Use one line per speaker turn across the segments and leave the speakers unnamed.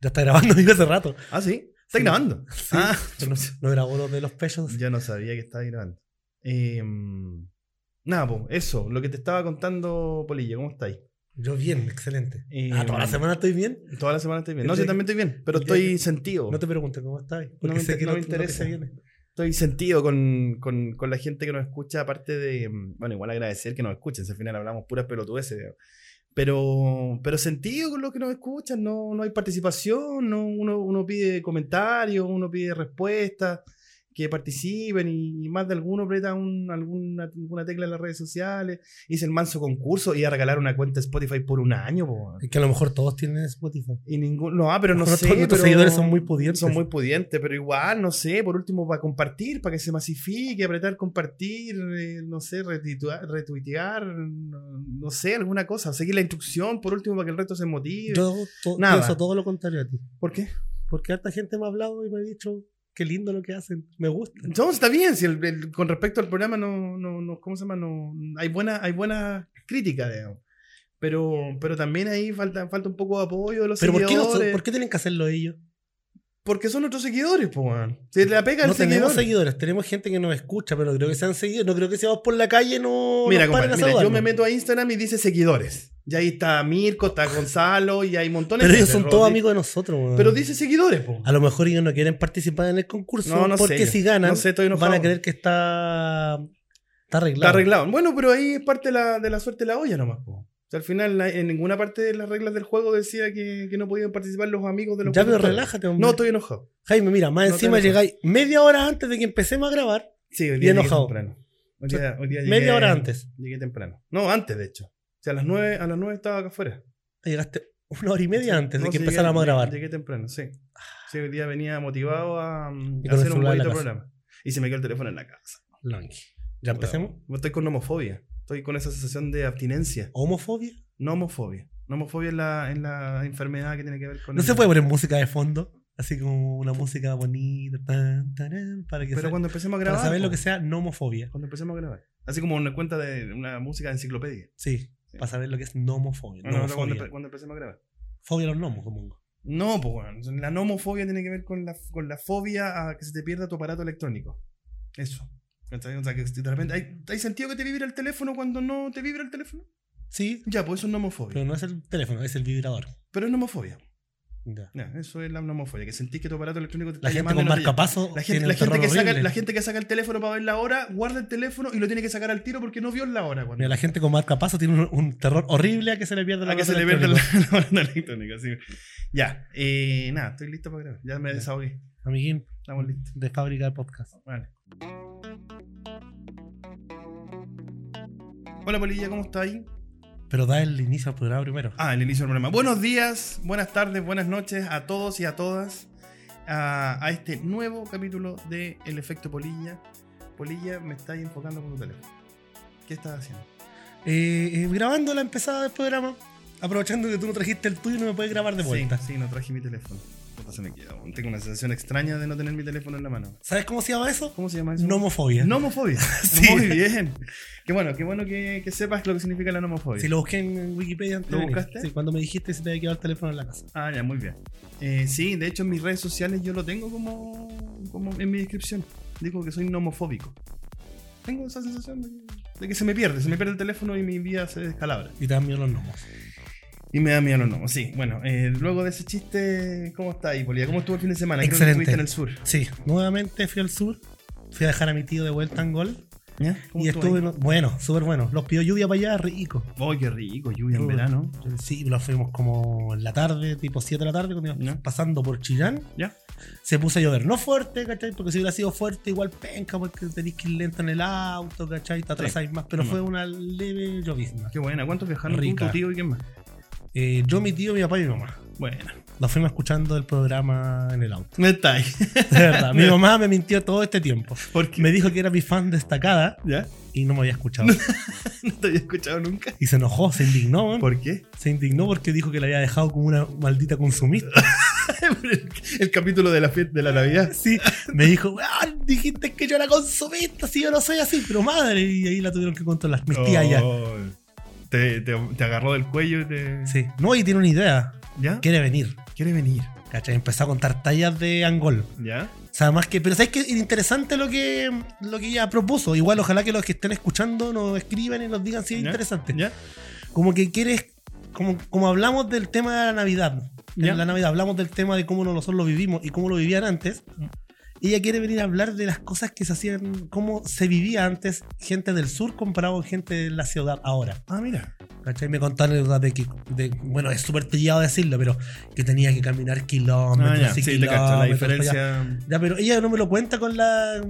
Ya está grabando, digo, hace rato.
Ah, sí. ¿Está
Sí.
grabando?
Sí,
Ah,
pero no, no grabó los de los Passions.
yo no sabía que estaba grabando. Eh, nada, pues, eso. Lo que te estaba contando, Polilla, ¿cómo estáis?
Yo bien, excelente.
Eh,
ah, toda la semana estoy bien.
Toda la semana estoy bien. No,
El
yo
día
también estoy bien, pero
el día
estoy
que-
sentido.
No te pregunte cómo estás. Porque
No me
sé
inter-
que
no
lo,
me
lo que
interesa.
se viene.
Estoy sentido con, con, con la gente que nos escucha, aparte de. mm, Bueno, igual agradecer que nos escuchen, si al final hablamos puras pelotudeces. digamos. Pero, pero sentido con los que nos escuchan, no, no hay participación, no, uno, uno pide comentarios, uno pide respuestas, que participen y, y más de alguno aprieta un- alguna, alguna tecla en las redes sociales, hice el manso concurso y a regalar una cuenta Spotify por un año. po.
Es que a lo mejor todos tienen Spotify.
Y ningún, no, ah, pero no
Nuestros-
sé.
nuestros
pero-
seguidores son muy pudientes.
Son muy pudientes, pero igual, no sé, por último, para compartir, para que se masifique, apretar compartir, eh, no sé, retuitear, retuitear, no, no sé, alguna cosa. Seguir la instrucción, por último, para que el resto se motive.
Yo to-
Nada.
pienso todo lo contrario a ti.
¿Por qué?
Porque harta gente me ha hablado y me ha dicho qué lindo lo que hacen. Me gusta.
No, está bien, si el- el- con respecto al programa, no, no, no, ¿cómo se llama? No, hay buena, hay buena crítica, digamos. Pero, pero también ahí falta, falta un poco de apoyo de los
Pero ¿por qué,
seguidores.
no- por qué tienen que hacerlo ellos?
Porque son nuestros seguidores, po, weón. Si la pega
No
el seguidor.
tenemos seguidores, tenemos gente que nos escucha, pero creo que sean seguidores. No creo que si vamos por la calle no.
Mira,
nos paren
compadre,
a
mira, yo
saludarnos.
me meto a Instagram y dice seguidores. Y ahí está Mirko, está Gonzalo y hay montones
Pero
de
ellos son todos
Rodri-
amigos de nosotros, weón.
Pero dice seguidores, po.
A lo mejor ellos no quieren participar en el concurso
No, no sé
porque
yo.
si ganan
No sé, estoy enojado.
van a creer que está, está arreglado.
Está arreglado. Bueno, pero ahí es parte de la, de la suerte de la olla nomás, po. O sea, al final na- en ninguna parte de las reglas del juego decía que, que no podían participar los amigos de los
Ya, pero
conductores.
relájate, hombre.
No, estoy enojado.
Jaime, mira, más
No
encima
te enojes.
llegáis media hora antes de que empecemos a grabar.
Sí, hoy
Y
día llegué
enojado.
temprano. Hoy día- hoy día
media
llegué-
hora antes.
Llegué temprano. No, antes, de hecho. O sea, a las nueve, a las nueve estaba acá afuera.
Llegaste una hora y media antes
No,
de que
sí,
empezáramos
llegué-
a grabar. Ah.
Llegué temprano, sí. Sí, hoy día venía motivado a, mm,
Y
a
con el
hacer un
celular en la
bonito
casa.
programa. Y se me quedó el teléfono en la casa.
Longi. ¿Ya empecemos?
Bueno, estoy con homofobia. Estoy con esa sensación de abstinencia.
¿Homofobia?
No homofobia. No homofobia es la, es la enfermedad que tiene que ver con.
¿No
el-
se puede poner música de fondo? Así como una música bonita, tan, tan, para que
Pero
sea-
cuando empecemos a
para
grabar.
saber lo
po,
que sea no homofobia.
Cuando empecemos a grabar. Así como una cuenta de una música de enciclopedia.
Sí, para saber lo que es nomofobia.
No, no, no,
nomofobia.
cuando, empe- cuando empecemos a grabar.
Fobia a los gnomos, supongo.
No, pues La nomofobia tiene que ver con la, con la fobia a que se te pierda tu aparato electrónico. Eso. ¿Cachai? O sea, que de repente. ¿hay, hay sentido que te vibra el teléfono cuando no te vibra el teléfono?
Sí,
Ya, pues eso es nomofobia.
pero
Pero,
no es el teléfono, es el vibrador.
es nomofobia.
Ya.
Ya, eso es la nomofobia. Que sentís que tu aparato electrónico te está
La gente
llamando y
con
no te llama.
marcapaso.
La gente,
tiene
la,
un
gente
terror
que saca,
horrible.
la gente que saca el teléfono para ver la hora, guarda el teléfono y lo tiene que sacar al tiro porque no vio la hora. Cuando,
Mira, la gente con marcapaso tiene un, un terror horrible a que se le pierda la
a que
cosa
se le pierda la,
electrónica.
la hora electrónica. sí. Ya, eh, nada, estoy listo para grabar. Ya me
Ya.
desahogué.
Amiguín
Estamos listos.
de fábrica de podcast.
Vale. Hola, Polilla, ¿cómo estáis?
Pero da el inicio al programa primero.
Ah, el inicio del programa. Buenos días, buenas tardes, buenas noches a todos y a todas a, a este nuevo capítulo de El Efecto Polilla. Polilla, me estáis enfocando con tu teléfono. ¿Qué estás haciendo?
Eh, eh, grabando la empezada del programa, aprovechando que tú no trajiste el tuyo y no me puedes grabar de vuelta.
Sí, sí, no traje mi teléfono. Puta, se me quedó. Tengo una sensación extraña de no tener mi teléfono en la mano.
¿Sabes cómo se llama eso?
¿Cómo se llama eso?
Nomofobia.
Nomofobia.
Sí.
Muy bien. Qué bueno, qué bueno que, que sepas lo que significa la nomofobia.
Si lo busqué en Wikipedia antes
¿Lo
de venir.
buscaste?
Sí, cuando me dijiste si te había quedado el teléfono en la casa.
Ah, ya, muy bien. Eh, sí, de hecho en mis redes sociales yo lo tengo como, como en mi descripción. Digo que soy nomofóbico. Tengo esa sensación de, de que se me pierde, se me pierde el teléfono y mi vida se descalabra.
Y te dan miedo los gnomos.
Y me da miedo los nomos, sí. Bueno, eh, luego de ese chiste, ¿cómo está ahí, Polilla? ¿Cómo estuvo el fin de semana? Creo que
Excelente.
estuviste en el sur.
Sí, nuevamente fui al sur. Fui a dejar a mi tío de vuelta en gol.
¿Ya? ¿Cómo
Y
estuvo
estuve,
ahí?
bueno, súper bueno. Los pidió lluvia para allá, rico.
Oh, qué rico, lluvia en
Estuve-
verano.
Sí, los fuimos como en la tarde, tipo 7 de la tarde, cuando íbamos
Ya.
pasando por Chillán.
Ya.
Se puso a llover. No fuerte, ¿cachai? Porque si hubiera sido fuerte, igual penca, porque tenéis que ir lento en el auto, ¿cachai? Te atrasáis más. Pero
No.
fue una leve llovizna.
Qué buena. ¿Cuántos viajaron
Rica.
tú, tu tío y quién más?
Eh, yo, mi tío, mi papá y mi mamá.
Buena.
Nos fuimos escuchando el programa en el auto.
No está ahí.
De verdad. mi mamá me mintió todo este tiempo.
Porque
Me dijo que era mi fan destacada
¿Ya?
y no me había escuchado.
No te había escuchado nunca.
Y se enojó, se indignó. weón.
¿Por qué?
Se indignó porque dijo que la había dejado como una maldita consumista.
el, el capítulo de la fiesta de la Navidad.
Sí, me dijo, "Weón, dijiste que yo era consumista, si yo no soy así, pero madre, y ahí la tuvieron que controlar, mis tías ya.
Oh, Te, te- te agarró del cuello y te.
Sí, no, y tiene una idea,
¿Ya?
quiere venir.
Quiere venir.
¿Cachai? Empezó a contar tallas de Angol.
¿Ya?
O sea, más que. Pero sabes que es interesante lo que, lo que ella propuso. Igual, ojalá que los que estén escuchando nos escriban y nos digan si es
¿Ya?
interesante.
¿Ya?
Como que quieres. Como, como hablamos del tema de la Navidad. En
¿Ya?
la Navidad hablamos del tema de cómo nosotros lo vivimos y cómo lo vivían antes.
Mm.
Ella quiere venir a hablar de las cosas que se hacían, cómo se vivía antes gente del sur comparado con gente de la ciudad ahora.
Ah, mira.
¿Cachai? Me contaron anécdotas de que, de- bueno, es súper pillado decirlo, pero que tenía que caminar kilómetros,
Ah, ya.
y
Sí, te cacho.
kilómetros,
La
ya.
diferencia
Ya, pero ella no me lo cuenta con la.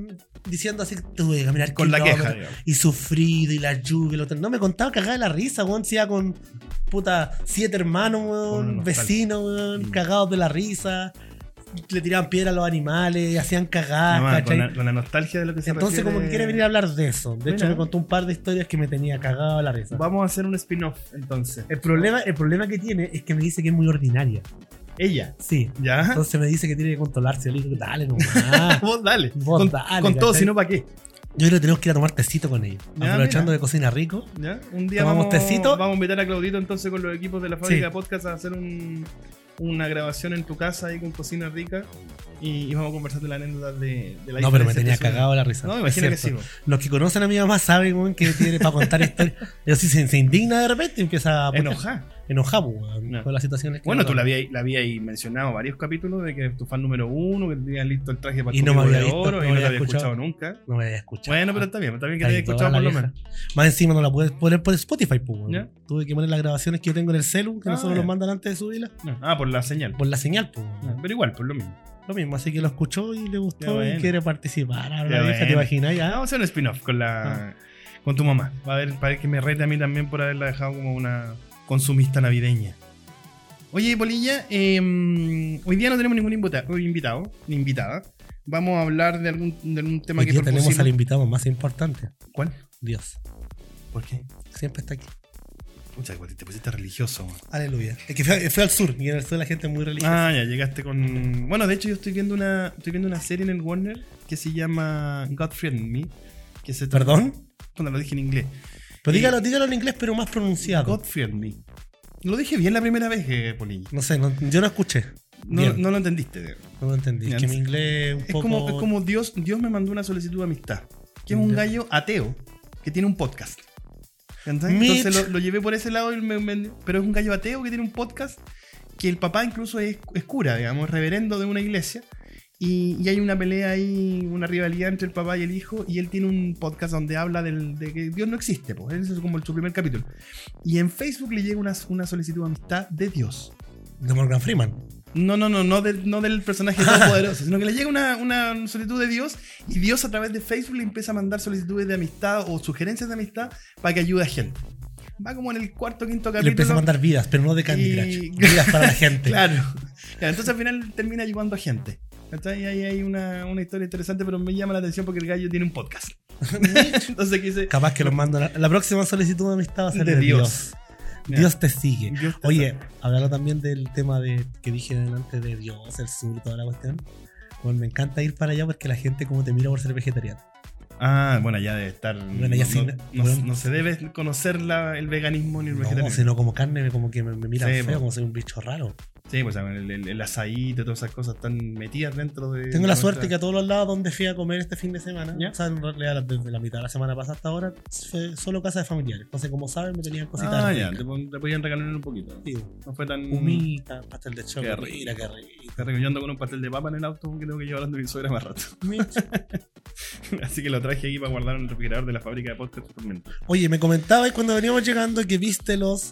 diciendo así, tuve que caminar
con la
kilómetros
queja, digamos.
Y sufrido, y la lluvia, y lo otro. No, me contaba cagada de la risa, weón. Si iba con puta siete hermanos,
Con
weón,
nostalgia.
vecinos, weón,
Mm.
cagados de la risa. Le tiraban piedra a los animales, hacían cagadas,
Nada más,
Ah, ¿cachai?
con, la, con la nostalgia de lo que se
Entonces, como que
eh,
quiere venir a hablar de eso. De hecho,
Mira.
me contó un par de historias que me tenía cagado de la risa.
Vamos a hacer un spin-off, entonces.
El problema, el problema que tiene es que me dice que es muy ordinaria.
Ella.
Sí.
¿Ya?
Entonces me dice que tiene que controlarse. Yo le digo, dale nomás.
Vos dale.
Vos
con
dale,
con todo,
¿cachai?
si no, ¿para qué?
Yo creo que tenemos que ir a tomar tecito con ella.
Ya,
Aprovechando
Ah, mira.
que cocina rico.
¿Ya? Un día
Tomamos
vamos,
tecito.
vamos a invitar a Claudito entonces con los equipos de la fábrica
Sí.
de podcast a hacer un- una grabación en tu casa ahí con cocina rica y, y vamos a conversar de la anécdota de, de la
No, pero me
diferencia
tenía
que suena.
cagado la risa.
No,
Es
imagino que sí.
cierto.
vos.
Los que conocen a mi mamá saben weón, que tiene para contar historias. Pero sí se, se indigna de repente y empieza a poner-
Enojá.
enojado weón,
No.
con las situaciones que
Bueno,
nos
tú la
dan.
habías, la habías mencionado varios capítulos de que eres tu fan número uno, que tenías listo el traje para
Y
el
no me
Código
había
de
visto,
oro
no
y no
había
te había escuchado,
escuchado.
nunca.
No me había escuchado.
Bueno, pero está bien, está bien que
Está
te haya
ahí toda
escuchado
la
por lo
vieja.
menos.
Más encima no la pude poner por Spotify, pues, weón.
Ya.
Tuve que poner las grabaciones que yo tengo en el celu, que
Ah,
nosotros
ya.
los mandan antes de subirlas,
No, Ah, por la señal.
por la señal, pues. weón.
No, Pero igual, por lo mismo.
Lo mismo, así que lo escuchó y le
Ya,
gustó
bueno.
y quiere participar. Ahora
Ya,
la vieja, ¿te
bueno.
imaginas?
Ah,
Ya.
vamos a hacer un spin-off con la
Ah.
con tu mamá. Va a ver, para que me rete a mí también por haberla dejado como una consumista navideña. Oye, Polilla, eh, hoy día no tenemos ningún invita- hoy invitado, ni invitada. Vamos a hablar de algún, de algún tema
Hoy
que
día tenemos al
propusimos.
invitado más importante,
¿Cuál?
Dios.
¿Por qué?
Siempre está aquí.
Pucha, güey, te pusiste religioso. güey.
Aleluya. Es que fue, fue al sur y en el sur la gente es muy religiosa.
Ah, ya llegaste con. Bueno, de hecho, yo estoy viendo una, estoy viendo una serie en el Warner que se llama Godfrey and Me. Que se
¿Perdón?
Cuando lo dije en inglés.
Pero
Sí.
dígalo, dígalo en inglés, pero más pronunciado.
Godfrey and Me. Lo dije bien la primera vez, eh, Polilla.
No sé, no- yo no escuché.
No,
Bien.
no lo entendiste.
No lo entendí.
Ya,
Es que
no
mi
sé.
inglés un
Es
poco.
como, es como Dios, Dios me mandó una solicitud de amistad. Que es un
Ya.
gallo ateo que tiene un podcast. ¿Cachai?
Mitch.
Entonces lo, lo llevé por ese lado, y me- me- pero es un gallo ateo que tiene un podcast que el papá incluso es, es cura, digamos, reverendo de una iglesia. Y, y hay una pelea ahí, una rivalidad entre el papá y el hijo, y él tiene un podcast donde habla del, de que Dios no existe, pues ese es como su primer capítulo. Y en Facebook le llega una, una solicitud de amistad de Dios.
De Morgan Freeman.
No, no, no, no del, no del personaje todopoderoso, sino que le llega una, una solicitud de Dios y Dios a través de Facebook le empieza a mandar solicitudes de amistad o sugerencias de amistad para que ayude a gente. Va como en el cuarto, quinto
Le empezó a
capítulo.
mandar vidas, pero no de Candy
Y-
Crush. Vidas para la gente.
Claro. Ya, entonces al final termina ayudando a gente. ¿Cachai? Ahí hay una, una historia interesante, pero me llama la atención porque el gallo tiene un podcast. entonces quise...
Capaz que los mando. La, la próxima solicitud de amistad va a ser
De
de,
Dios.
Dios.
Ya.
Dios te sigue.
Dios te
Oye,
salve.
hablando también del tema de que dije antes de Dios, el sur, toda la cuestión. Bueno, me encanta ir para allá porque la gente como te mira por ser vegetariano.
Ah, bueno, ya debe estar...
Bueno, ya
no,
sí,
no-
¿no?
no-
Bueno.
no se debe conocer la- el veganismo ni el
No,
vegetarianismo.
si no como carne, como que me, me miran
Sí,
feo,
po.
como soy un bicho raro.
Sí, pues el, el, el azaíto, todas esas cosas están metidas dentro de.
Tengo
de
la
nuestra-
suerte que a todos los lados donde fui a comer este fin de semana,
¿Ya?
o sea, en realidad desde la mitad de la semana pasada hasta ahora, fue solo casa de familiares. Entonces, como saben, me tenían cositas.
Ah, ya,
ricas.
te, pon- te podían regalar un poquito.
Sí,
No fue tan.
Humita, pastel de
Mm. Qué
chocolate,
rico.
mira qué rico.
Te yo ando con un pastel de papa en el auto que tengo que llevar hablando de mi suegra más rato. Así que lo traje aquí para guardar en el refrigerador de la fábrica de podcast totalmente.
Oye, me comentabas cuando veníamos llegando que viste los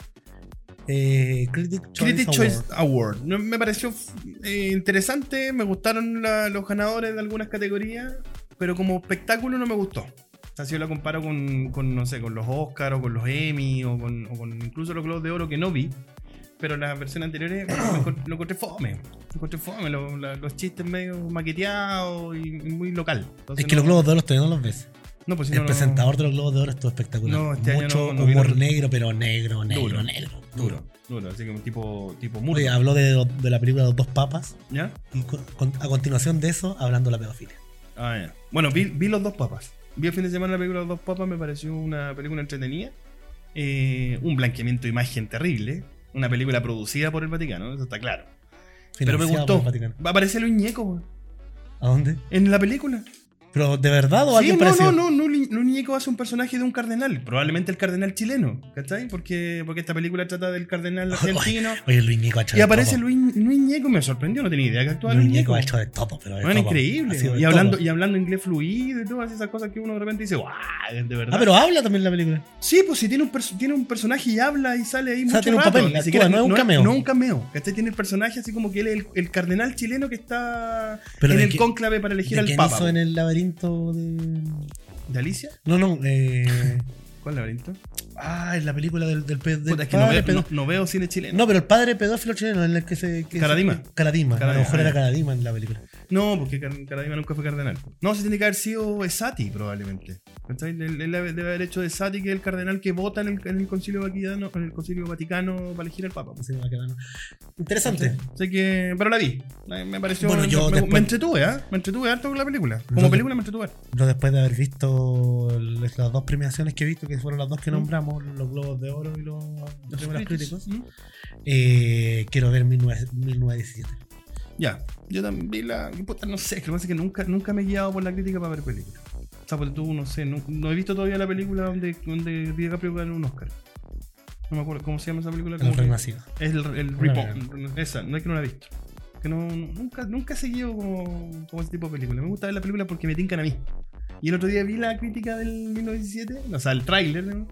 eh, Critic Choice,
Critic
Awards.
Choice Award. No, Me pareció eh, interesante, me gustaron la- los ganadores de algunas categorías, pero como espectáculo no me gustó. O sea, si yo la comparo con, con, no sé, con los Oscar o con los Emmy o con, o con incluso los Globos de Oro que no vi, pero las versiones anteriores lo encont- lo encontré fome. Lo encontré fome, lo- la- los chistes medio maqueteados y, y muy local. Entonces
Es que los
no-
Globos de Oro todavía no los ves.
no, pues si
el
no, no-
presentador de los Globos de Oro estuvo espectacular.
No, este año
Mucho
no- no vi
humor
los-
negro, pero negro, negro,
Duro.
negro.
Duro, duro, así como tipo, tipo muro.
Oye, ah, habló de, lo- de la película Los Dos Papas
¿Ya?
y con- con- a continuación de eso, hablando de la pedofilia.
Ah, ya. Bueno, vi, vi Los Dos Papas. Vi el fin de semana la película Los Dos Papas, me pareció una película entretenida. Eh, un blanqueamiento de imagen terrible. Una película producida por el Vaticano, eso está claro. Pero me
Financiado por
gustó.
el Vaticano.
Va a aparecer Luis Ñeco, weón,
¿A dónde?
En la película.
¿Pero de verdad o
Sí,
Oh, alguien
no,
parecido?
no, no, no, Lu- Luis Ñeco hace un personaje de un cardenal. Probablemente el cardenal chileno, ¿cachai? Porque, porque esta película trata del cardenal argentino.
Oye, Luis Ñeco ha hecho
y
de
aparece
todo.
Luis, Luis Ñeco, me sorprendió, no tenía idea que actuaba
Luis
Luis
Ñeco
Ñeco.
ha hecho de todo, pero de
Bueno,
todo. Ha
increíble.
sido de
Y hablando,
todo. Ah,
y hablando inglés fluido y todas esas cosas que uno de repente dice, ¡guau! De verdad.
Ah, pero habla también la película.
Sí, pues si tiene un, perso- tiene un personaje y habla y sale ahí
sea,
mucho
tiene un
rato,
papel,
ni
actúa,
siquiera-
no es un cameo.
No es un cameo. ¿Cachai? Tiene el personaje así como que él es el, el cardenal chileno que está
Pero
en
de
el
qué-
cónclave para elegir
¿De
al
quién
Papa.
hizo en el laberinto de...?
¿De Alicia?
No, no, eh...
¿Cuál laberinto?
ah, en la película del, del, pe- del
Puta, es que no
padre
veo,
pedo-
no- no veo cine chileno.
No, pero el padre pedófilo chileno en el que se. Que
Caradima.
se- Caradima. A
Caradima,
lo mejor
ah,
era
ya.
Caradima en la película.
No, porque Car- Caradima nunca fue cardenal. No, se tiene que haber sido Esati, probablemente. ¿Cachai? Él, él debe haber hecho de Esati, que es el cardenal que vota en el, en el concilio, vaticano, en el concilio Vaticano para elegir al Papa.
Así que va a quedar, ¿no? Interesante.
Así que, pero la vi. Me me pareció.
Bueno, yo
me, me-
después-
me entretuve, ¿ah? Me entretuve harto con la película. Como
Yo-
película me entretuve.
Yo después de haber visto el- las dos premiaciones que he visto, que fueron las dos que nombramos, los Globos de Oro y los, los
Mm. Los
Premios Críticos,
¿no?
eh, quiero ver 19- 1917.
Ya, yo también vi la. que puta, no sé, lo que pasa es que nunca, nunca me he guiado por la crítica para ver películas. O sea, porque tú, no sé, no, no he visto todavía la película donde, donde DiCaprio ganó un Oscar. No me acuerdo, ¿cómo se llama esa película?
El
Como que-
renacido.
Es el, el
la
Repo- Esa, no es que no la he visto. Que no, nunca, nunca he seguido como, como ese tipo de películas. Me gusta ver las películas porque me tincan a mí. Y el otro día vi la crítica del 1917, o sea, el tráiler, ¿no?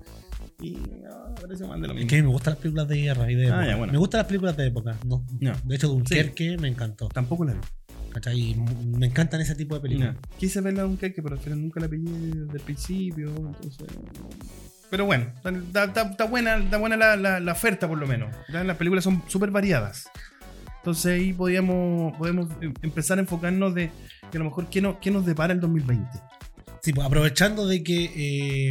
y no, parece más de lo
Es
mismo.
que a mí me gustan las películas de guerra y de
Ah,
época.
ya, bueno.
Me gustan las películas de época. No.
Ya.
De hecho, Dunkerque me encantó.
Tampoco la vi.
¿cachai? Y me encantan ese tipo de películas.
No. Quise verla un que pero al final nunca la pillé desde el principio. entonces- Pero bueno, está, está- está buena, está buena la, la- la oferta por lo menos. Ya Las películas son súper variadas. Entonces ahí podíamos, podemos em- empezar a enfocarnos de que a lo mejor qué, no, qué nos depara el 2020.
Sí, pues aprovechando de que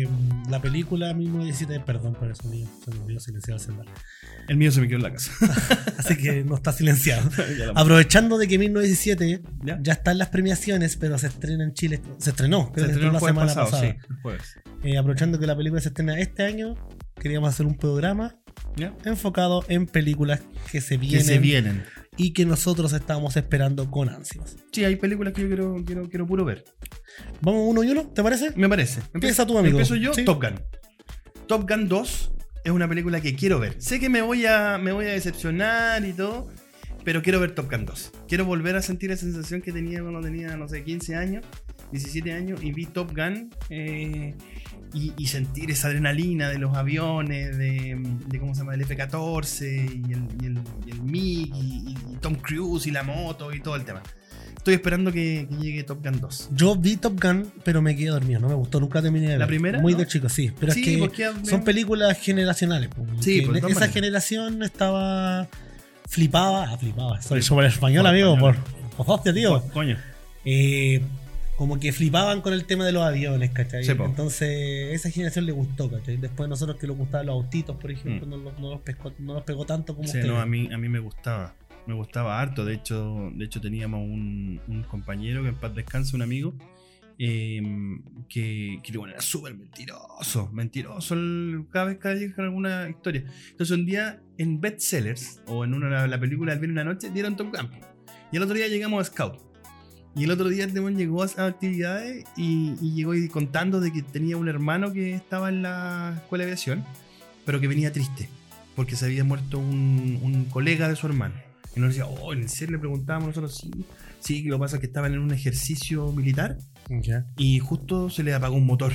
eh, la película 1917, perdón por el sonido, se me olvidó silenciar el celular.
El mío se me quedó en la casa.
Así que no está silenciado.
Ya la-
Aprovechando de que 1917
¿Ya?
ya están las premiaciones, pero se estrena en Chile. Se estrenó,
Se
creo que
estrenó el
la
jueves
semana
pasado,
pasada.
sí, el jueves.
Eh, aprovechando que la película se estrena este año, queríamos hacer un programa
¿Ya?
enfocado en películas que se
Que
vienen
se vienen.
y que nosotros estamos esperando con ansias.
Sí, hay películas que yo quiero, quiero, quiero puro ver.
Vamos uno y uno, ¿te parece?
Me parece.
Empieza tú, amigo.
Empiezo yo,
Sí.
Top Gun. Top Gun 2 es una película que quiero ver. Sé que me voy a, me voy a decepcionar y todo, pero quiero ver Top Gun 2. Quiero volver a sentir esa sensación que tenía cuando tenía, no sé, 15 años, 17 años, y vi Top Gun eh, y, y sentir esa adrenalina de los aviones, de, de cómo se llama, el F-14 y el, y el, y el MiG y, y Tom Cruise y la moto y todo el tema. Estoy esperando que, que llegue Top Gun 2.
Yo vi Top Gun, pero me quedé dormido, no me gustó, nunca terminé de
¿La
ver.
primera,
Muy
no?
de chico, sí, pero
Sí,
es que
porque-
son películas generacionales. pues,
Sí,
que
pues, de todas
esa
maneras.
generación estaba flipaba, ah, flipaba, soy súper español,
Por
amigo,
español.
por, por hostia, tío.
Coño.
Eh, como que flipaban con el tema de los aviones, ¿cachai?
Sí, po.
Entonces, esa generación le gustó, ¿cachai? Después nosotros que nos gustaban los autitos, por ejemplo, no, los, no los pescó, no los pegó tanto como
Mm. Sí,
ustedes.
no, a mí, a mí me gustaba. Me gustaba harto. De hecho, de hecho teníamos un, un compañero que en paz descanse, un amigo, eh, que, que, bueno, era súper mentiroso. Mentiroso el- cada vez que había alguna historia. Entonces, un día en Bestsellers, o en una, la película El Bien una Noche, dieron Top Gun. Y el otro día llegamos a Scout. Y el otro día el demonio llegó a esas actividades y, y llegó y contando de que tenía un hermano que estaba en la escuela de aviación, pero que venía triste porque se había muerto un, un colega de su hermano. Y nos decía, oh, en serio le preguntábamos nosotros, sí, sí, que lo que pasa es que estaban en un ejercicio militar
Ya.
y justo se les apagó un motor.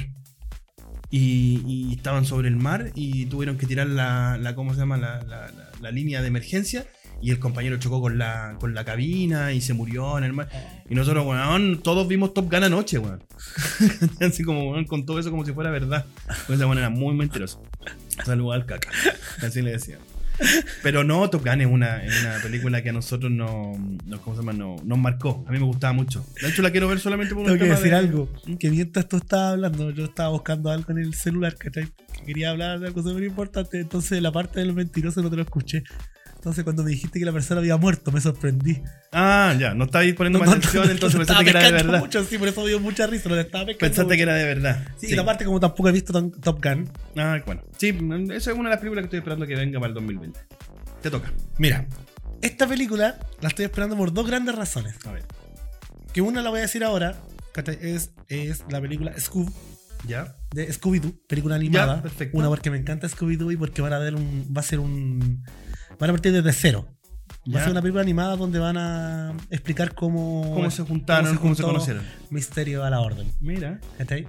Y, y estaban sobre el mar y tuvieron que tirar la, la- ¿cómo se llama? La, la- la- la línea de emergencia. Y el compañero chocó con la, con la cabina y se murió en el mar. Y nosotros, weón, todos vimos Top Gun anoche, weón. Así como, weón, con todo eso como si fuera verdad. Pues esa weón era muy mentiroso. Saludos al caca. Así le decía. Pero no, Top Gun es una, es una película que a nosotros no, no- ¿cómo se llama? No, nos marcó. A mí me gustaba mucho. De hecho, la quiero ver solamente por un
Tengo que
tema
decir
de-
algo, que mientras tú estabas hablando, yo estaba buscando algo en el celular, ¿cachai? Que quería hablar de algo súper importante, entonces la parte de los mentirosos no te lo escuché. Entonces cuando me dijiste que la persona había muerto, me sorprendí.
Ah, ya, no estáis poniendo más atención, entonces
lo estaba
pensaste que era de
pescando
verdad.
mucho, sí, por eso me dio mucha risa, lo estaba pescando
Pensaste
mucho.
que era de verdad.
Sí, y la parte como tampoco he visto tan- Top Gun,
Ah, bueno. Sí, esa es una de las películas que estoy esperando que venga para el 2020. Te toca.
Mira, Esta película la estoy esperando por dos grandes razones.
A ver.
Que una la voy a decir ahora, ¿cachai? Es, es la película Scoob
¿Ya?
de Scooby-Doo, película animada.
Ya, perfecto.
Una porque me encanta Scooby-Doo y porque van a dar un. Va a ser un. Van a partir desde cero. Va a
Ya.
ser una película animada donde van a explicar cómo.
¿Cómo se
cómo
juntaron?
se
¿Cómo se,
juntó?
conocieron?
Misterio a la orden.
Mira.
¿Cachai?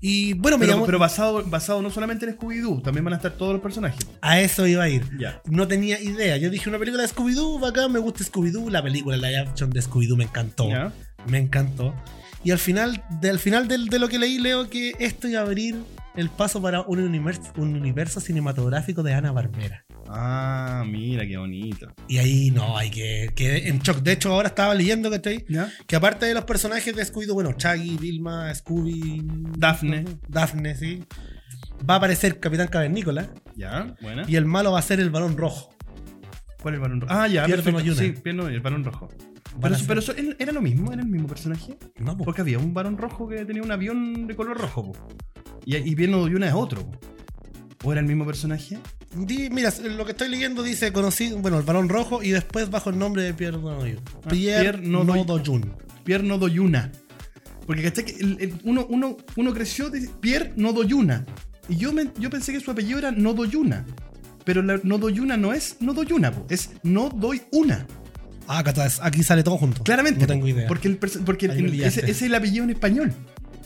Y bueno, me
Pero,
llamó.
pero basado, basado no solamente en Scooby-Doo, también van a estar todos los personajes.
A eso iba a ir.
Ya.
No tenía idea. Yo dije una película de Scooby-Doo, bacán, me gusta Scooby-Doo. La película, la action de Scooby-Doo me encantó.
¿Ya?
Me encantó. Y al final, de, al final del- de, lo que leí, leo que esto iba a abrir el paso para un universo, un universo cinematográfico de Ana Barbera.
Ah, mira, qué bonito.
Y ahí no, hay que. Quedé en shock. De hecho, ahora estaba leyendo que estoy.
¿Ya?
Que aparte de los personajes de Scooby-Doo, bueno, Chaggy, Vilma, Scooby.
Daphne.
Daphne, sí. Va a aparecer Capitán Cavernícola.
¿Ya? Buena.
Y el malo va a ser el balón rojo.
¿Cuál es el varón rojo? Ah, ya,
Pierre
perfecto.
Mayuna.
Sí, Pierre Mayuna, el varón rojo.
Van
Pero,
a
eso-
ser-
pero eso- ¿era- ¿era lo mismo? ¿Era el mismo personaje?
No, po.
Porque había un varón rojo que tenía un avión de color rojo. po. Y, y Pierre Mayuna es otro. po. ¿O era el mismo personaje?
Di- mira, lo que estoy leyendo dice conocido, bueno, el balón rojo y después bajo el nombre de Pierre Nodoyun.
Ah,
Pierre,
Pierre Nodoy-
Nodoyun.
Pierre Nodoyuna. Porque ¿cachai? que el- el- uno, uno, uno creció de Pierre Nodoyuna. Y yo, me- yo pensé que su apellido era Nodoyuna. Pero la Nodoyuna no es Nodoyuna, po. es No Doy Una.
Ah, acá está, aquí sale todo junto.
Claramente.
No
po.
tengo idea. Ah,
Porque, el, perso- porque
Ahí me
el-
pillaste.
ese, ese es el apellido en español.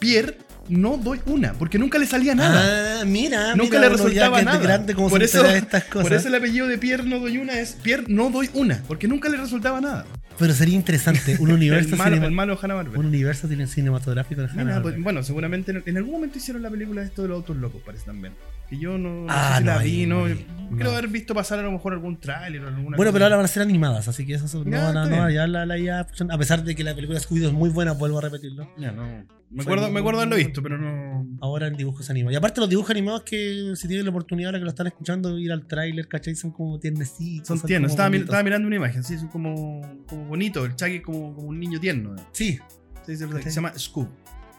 Pierre No Doy Una. Porque nunca le salía nada.
Ah, mira, mira,
Nunca le
uno ya
resultaba
que es
nada.
grande como
por,
se
eso,
entera de estas cosas.
por eso el apellido de Pierre No Doy Una es Pierre No Doy Una, porque nunca le resultaba nada.
Pero sería interesante un universo,
el, malo,
cinema-
el malo Hannah Barbera.
un universo cine- cinematográfico de Hanna-Barbera.
bueno, seguramente en, en algún momento hicieron la película de esto de los autos locos, parece también. Que yo no, no
Ah,
sé si
no,
la
ahí
vi, no.
no vi. No.
Creo haber visto pasar a lo mejor algún tráiler o
Bueno,
alguna cosa.
pero ahora van a ser animadas, así que eso eso- no
Ya,
van a
está
no,
bien.
ya la, la IA option- A pesar de que la película Scooby-Doo es muy buena, vuelvo a repetirlo.
Ya, no.
Fue
Me acuerdo,
muy-
me acuerdo haberlo visto, pero no.
Ahora en dibujos animados. Y aparte los dibujos animados que si tienen la oportunidad ahora que lo están escuchando, ir al tráiler, ¿cachai? Son como tiernecitos.
Son
como
tiernos. Estaba, mi-
bonitos.
estaba mirando una imagen, sí, son como, como bonito. El Chucky es como, como un niño tierno. eh.
Sí,
Sí, sí, es verdad, que
Ok.
Se llama Scoop.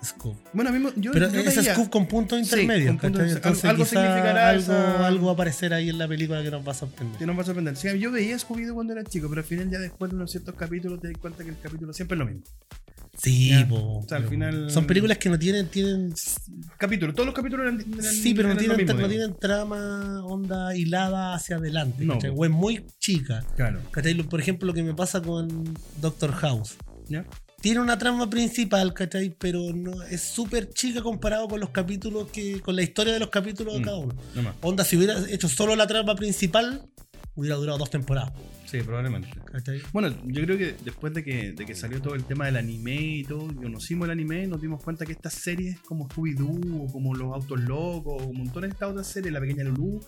Scoop.
Bueno, a mí me- yo.
Pero
yo
es
veía-
Scoop con punto intermedio.
con punto
¿cachai?
inter-
Entonces,
algo- algo
quizá
significará
algo,
esa-
algo va a aparecer ahí en la película que nos va a sorprender.
Que no me va a sorprender. Sí, yo veía Scooby-Doo cuando era chico, pero al final, ya después de unos ciertos capítulos, te das cuenta que el capítulo siempre es lo mismo.
Sí,
Ya.
po,
O sea, al
pero
final-
Son películas que no tienen. tienen
Capítulo, todos los capítulos eran. eran-
sí, pero no
eran lo
tienen,
mismo,
no tienen
digamos.
trama, onda hilada hacia adelante.
No,
¿cachai?
po.
O es muy chica.
Claro.
¿cachai? Lo- Por ejemplo, lo que me pasa con Doctor House.
¿Ya?
Tiene una trama principal, ¿cachai? Pero no, es súper chica comparado con los capítulos que. con la historia de los capítulos de
Mm.
cada uno.
No más.
Onda, si hubiera hecho solo la trama principal, hubiera durado dos temporadas.
Sí, probablemente.
¿cachai?
Bueno, yo creo que después de que, de que salió todo el tema del anime y todo, y conocimos el anime, nos dimos cuenta que estas series como Scooby-Doo, o como Los Autos Locos, o montones de estas otras series, La Pequeña Lulú,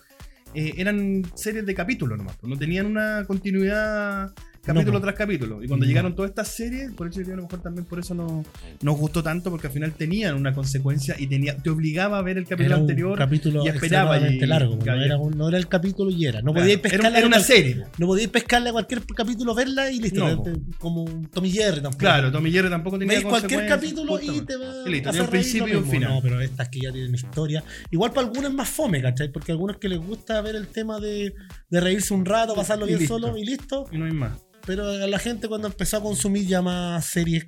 eh, eran series de capítulos nomás, pues, no tenían una continuidad capítulo
No, pues.
tras capítulo. Y cuando
No.
llegaron todas estas series, por eso yo creo que a lo mejor también por eso no, nos gustó tanto, porque al final tenían una consecuencia y tenía, te obligaba a ver el capítulo
Era un
anterior.
capítulo
y esperaba
extremadamente
y-
largo. No
cabía.
era, un- no era el capítulo y era. No
Claro,
podíais
era-
pescarla.
era una
de-
serie.
No podíais pescarla a cualquier capítulo, verla y listo.
No,
Te- te- como un Tommy Jerry tampoco.
Claro, Tommy Jerry tampoco tenía
Veis cualquier
consecuencias,
capítulo y
justamente.
te va
Y listo,
a
tenía
hacer
un
reír lo
principio y un
mismo.
final.
No, pero estas que ya tienen historia. Igual para algunos es más fome, ¿cachai? Porque algunos que les gusta ver el tema de, de reírse un rato, pasarlo
Y
bien
listo.
solo y listo.
Y no hay más.
Pero a la gente cuando empezó a consumir ya más series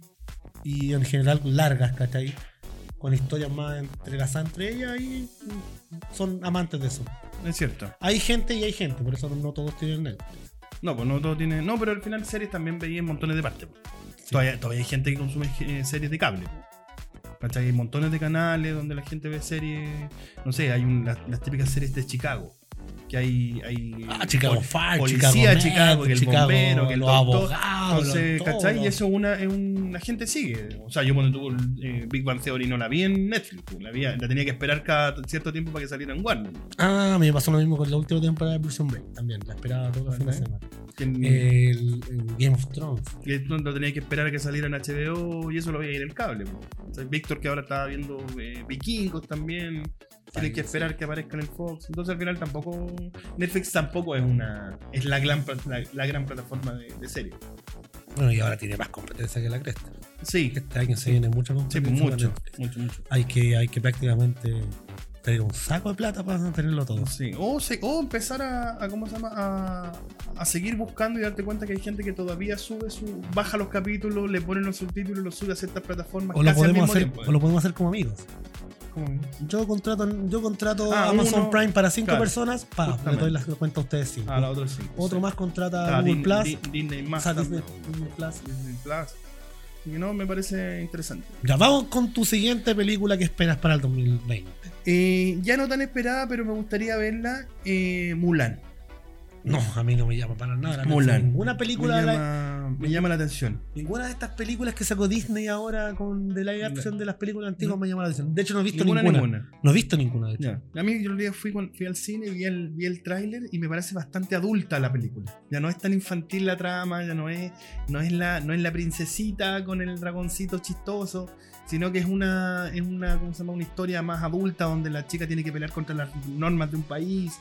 y en general largas, ¿cachai? Con historias más entrelazadas entre ellas y son amantes de eso.
Es cierto.
Hay gente y hay gente, por eso no todos tienen Netflix.
No, pues no todo tiene. No, pero al final series también veía montones de partes. pues. Todavía, todavía hay gente que consume eh, series de cable. pues. ¿Cachai? Hay montones de canales donde la gente ve series. No sé, hay un- las, las típicas series de Chicago. Que hay. hay
Ah, Chicago
pol-
Fire,
Policía,
Chicago,
Chicago,
Med,
que el
Chicago,
bombero, que el
los
doctor.
abogados,
Entonces,
los-
¿cachai?
todo.
Y eso una, es un- la gente sigue. O sea, yo cuando tuvo eh, Big Bang Theory no la vi en Netflix. pues, La, vi- la tenía que esperar cada cierto tiempo para que saliera en Warner.
Ah, me pasó lo mismo con la última temporada de Prison Break también. La esperaba todos los fines de semana.
Que en-
Eh, El, el Game of Thrones.
que no lo tenía que esperar a que saliera en HBO y eso lo veía en el cable. po. O sea, Víctor que ahora está viendo eh, Vikingos también, tiene
También,
que esperar que aparezca en el Fox. Entonces al final tampoco Netflix tampoco es una es la gran pla- la, la gran plataforma de, de serie.
Bueno, y ahora tiene más competencia que la cresta.
Sí,
Este año se viene mucha
sí,
competencia.
pues,
con
mucho,
Netflix.
mucho, mucho.
Hay que, hay que prácticamente tener un saco de plata para tenerlo todo.
Sí. O, se- o empezar a, a- ¿cómo se llama? A, a seguir buscando y darte cuenta que hay gente que todavía sube su, baja los capítulos, le pone los subtítulos, los sube a ciertas plataformas
O lo,
al
podemos
mismo
hacer,
tiempo. eh.
o lo podemos hacer como amigos.
Como-
Yo contrato, yo contrato
Ah,
Amazon
uno-
Prime para cinco
claro,
personas, pa, le
justamente.
doy la cuenta a ustedes cinco.
Ah, la otra sí.
Otro
Sí.
más contrata
Ah,
a Google
Din-
Plus,
Di- Disney
o
más.
sea, Disney-
también.
Disney Plus.
Disney Plus. Y no, me parece interesante.
Ya vamos con tu siguiente película que esperas para el 2020.
Eh, ya no tan esperada, pero me gustaría verla. eh, Mulan.
No, a mí no me llama para nada. la atención.
Mulan.
Ninguna
Me
película, de la-
llama, me llama la atención.
ninguna de estas películas que sacó Disney ahora con de live action de las películas antiguas
No.
me llama la atención. De hecho, no he visto
Ninguna,
ninguna.
ninguna.
No he visto ninguna de hecho.
Ya. A mí yo el otro día fui, con- fui al cine, vi el, vi el tráiler y me parece bastante adulta la película. Ya no es tan infantil la trama, ya no es, no es, la, no es la princesita con el dragoncito chistoso, sino que es una, es una, ¿cómo se llama? una historia más adulta donde la chica tiene que pelear contra las normas de un país,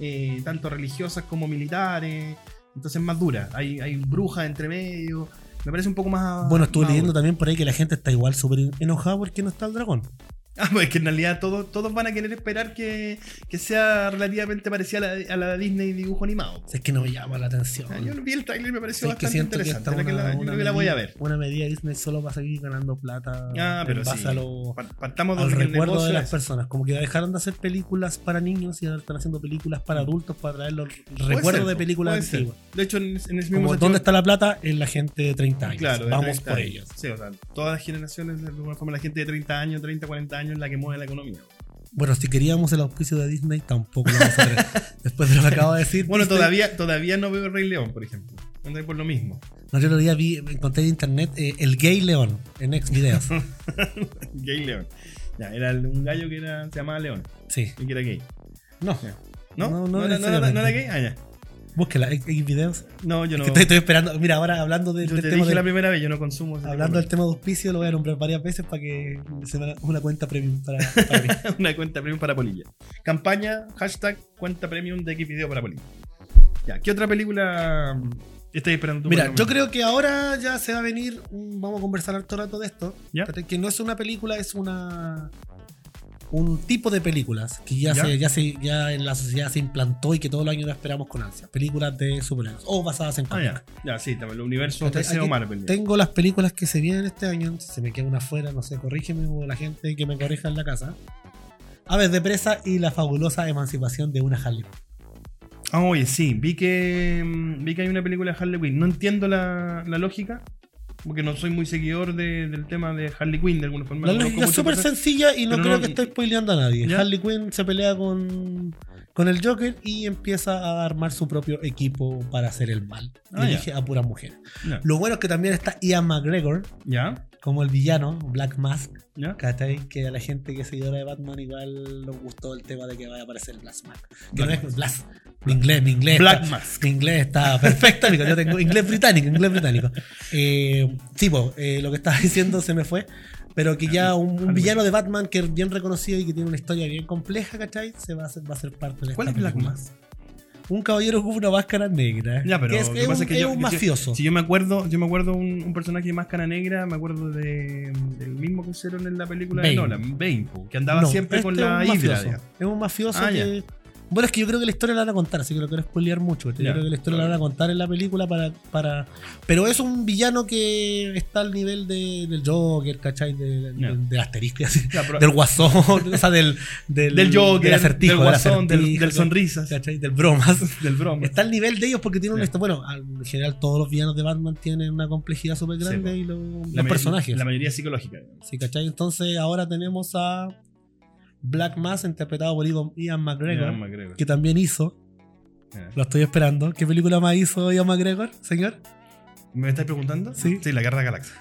eh, tanto religiosas como militares. Entonces es más dura. Hay, hay brujas entre medio. Me parece un poco más.
Bueno, estuve
más
leyendo
adulta.
también por ahí que la gente está igual súper enojada porque no está el dragón.
Ah, pues que en realidad todos, todos van a querer esperar que, que sea relativamente parecida a la, a la Disney dibujo animado.
O sea, es que no me llama la atención.
Ah, Yo vi el trailer y me
Sí,
pareció
es que
bastante
siento que esta
interesante. la que la, yo creo que
medida-
la voy a ver.
Una medida Disney solo va a seguir ganando plata
Ah, pero
en base
sí.
a lo-
Par- Partamos
al
de que el
recuerdo de
negocio
las
es-
personas. Como que dejaron de hacer películas para niños y ahora están haciendo películas para adultos para traer los recuerdos
Mm. ser,
de películas
puede ser.
antiguas.
De hecho, en, en ese mismo
Como,
sentido-
¿Dónde está la plata? En la gente de 30 años.
Claro, de
Vamos
30
por
años.
ellos.
Sí, o sea, todas las generaciones, de alguna forma, la gente de 30 años, 30, 40 años es la que mueve la economía.
Bueno, si queríamos el auspicio de Disney, tampoco lo vamos a traer. Después de lo que acabo de decir.
Bueno,
Disney-
todavía, todavía no veo Rey León, por ejemplo. André por lo mismo.
No, yo el otro día vi, encontré en internet eh, el gay león en ex videos.
Gay León. Ya, era un gallo que era, se llamaba León
Sí.
y que era gay.
No.
Ya. ¿No?
No,
¿No,
no
era, no, era, no era
necesariamente.
gay? Ah, ya.
Búsquela, ex ex videos.
No, yo no.
Que estoy, estoy esperando. Mira, ahora hablando del,
yo
del
te
tema
dije
de,
la primera vez, yo no consumo. ese tipo
hablando
de-
del tema de auspicio, lo voy a nombrar varias veces para que se me haga una cuenta premium para, para mí.
una cuenta premium para Polilla. Campaña, hashtag cuenta premium de Xvideo para Polilla. Ya, ¿qué otra película mm, estáis esperando tú?
Mira,
para
yo
comentar?
creo que ahora ya se va a venir, un- vamos a conversar harto rato de esto,
¿Ya?
pero que no es una película, es una un tipo de películas que ya,
¿Ya?
Se, ya se ya en la sociedad se implantó y que todos los años la esperamos con ansia. Películas de superhéroes o basadas en
Ah,
cómics.
ya. Ya, sí, también, el universo
Espérate,
DC o
aquí
Marvel. ya.
Tengo las películas que se vienen este año, si se me queda una fuera, no sé, corrígeme o la gente que me corrija en la casa. Aves de presa y la fabulosa emancipación de una Harley.
Ah, oye, sí, vi que, mm, vi que hay una película de Harley Quinn. No entiendo la, la lógica, porque no soy muy seguidor de- del tema de Harley Quinn de alguna forma.
La
Conozco
lógica es
mucho
súper
por-
sencilla y no
pero
creo
no-
que esté spoileando a nadie.
¿Ya?
Harley Quinn se pelea con, con el Joker y empieza a armar su propio equipo para hacer el mal.
Ah, ya.
Dirige a pura mujer.
Ya,
Lo bueno es que también está Ian McGregor
ya,
como el villano, Black Mask.
ya.
¿Cachai? Que a la gente que es seguidora de Batman igual nos gustó el tema de que vaya a aparecer Black Mask. Que
Black
no es Blas. Mi inglés, mi inglés.
Black
está-
Mask.
mi inglés está perfecto, amigo. Yo tengo inglés británico, inglés británico. Eh, sí, po, eh, lo que estaba diciendo se me fue. Pero que ya un, un villano de Batman que es bien reconocido y que tiene una historia bien compleja, ¿cachai? Se va a hacer, va a ser parte de
¿Cuál
esta
es Black
película.
Mask?
Un caballero con una máscara negra.
Ya, pero
que es,
lo
que
que
es
pasa
un,
es que
es
yo-
un
yo-
mafioso.
Si yo me acuerdo, yo me acuerdo un, un personaje de máscara negra, me acuerdo de, del mismo que usaron en la película de
Bane.
Nolan, Bane, po, que andaba
No,
siempre con
este
la
es un
hidra.
mafioso. Es un mafioso
Ah,
que. Bueno, es que yo creo que la historia la van a contar, así que no quiero spoilear mucho. Yo
Ya.
creo que la historia la van a contar en la película para, para. Pero es un villano que está al nivel de, del Joker, ¿cachai? De, de,
Ya.
de Asterisco y así.
Ya, pero-
Del guasón, o sea, del. Del,
del Joker,
del acertijo,
del guasón, del,
acertijo, Este
del sonrisas,
¿cachai? Del bromas.
del broma.
Está al nivel de ellos porque tienen
Ya.
una historia. Bueno, al- en general todos los villanos de Batman tienen una complejidad súper
Sí,
grande
po.
y los,
La
los
may-
personajes.
La mayoría psicológica. digamos.
Sí, ¿cachai? Entonces ahora tenemos a Black Mass, interpretado por Ian- Ian McGregor,
Ian McGregor.
que también hizo,
Ya.
lo estoy esperando. ¿Qué película más hizo Ian McGregor, señor?
¿Me estáis preguntando?
Sí.
Sí, la guerra de la galaxia.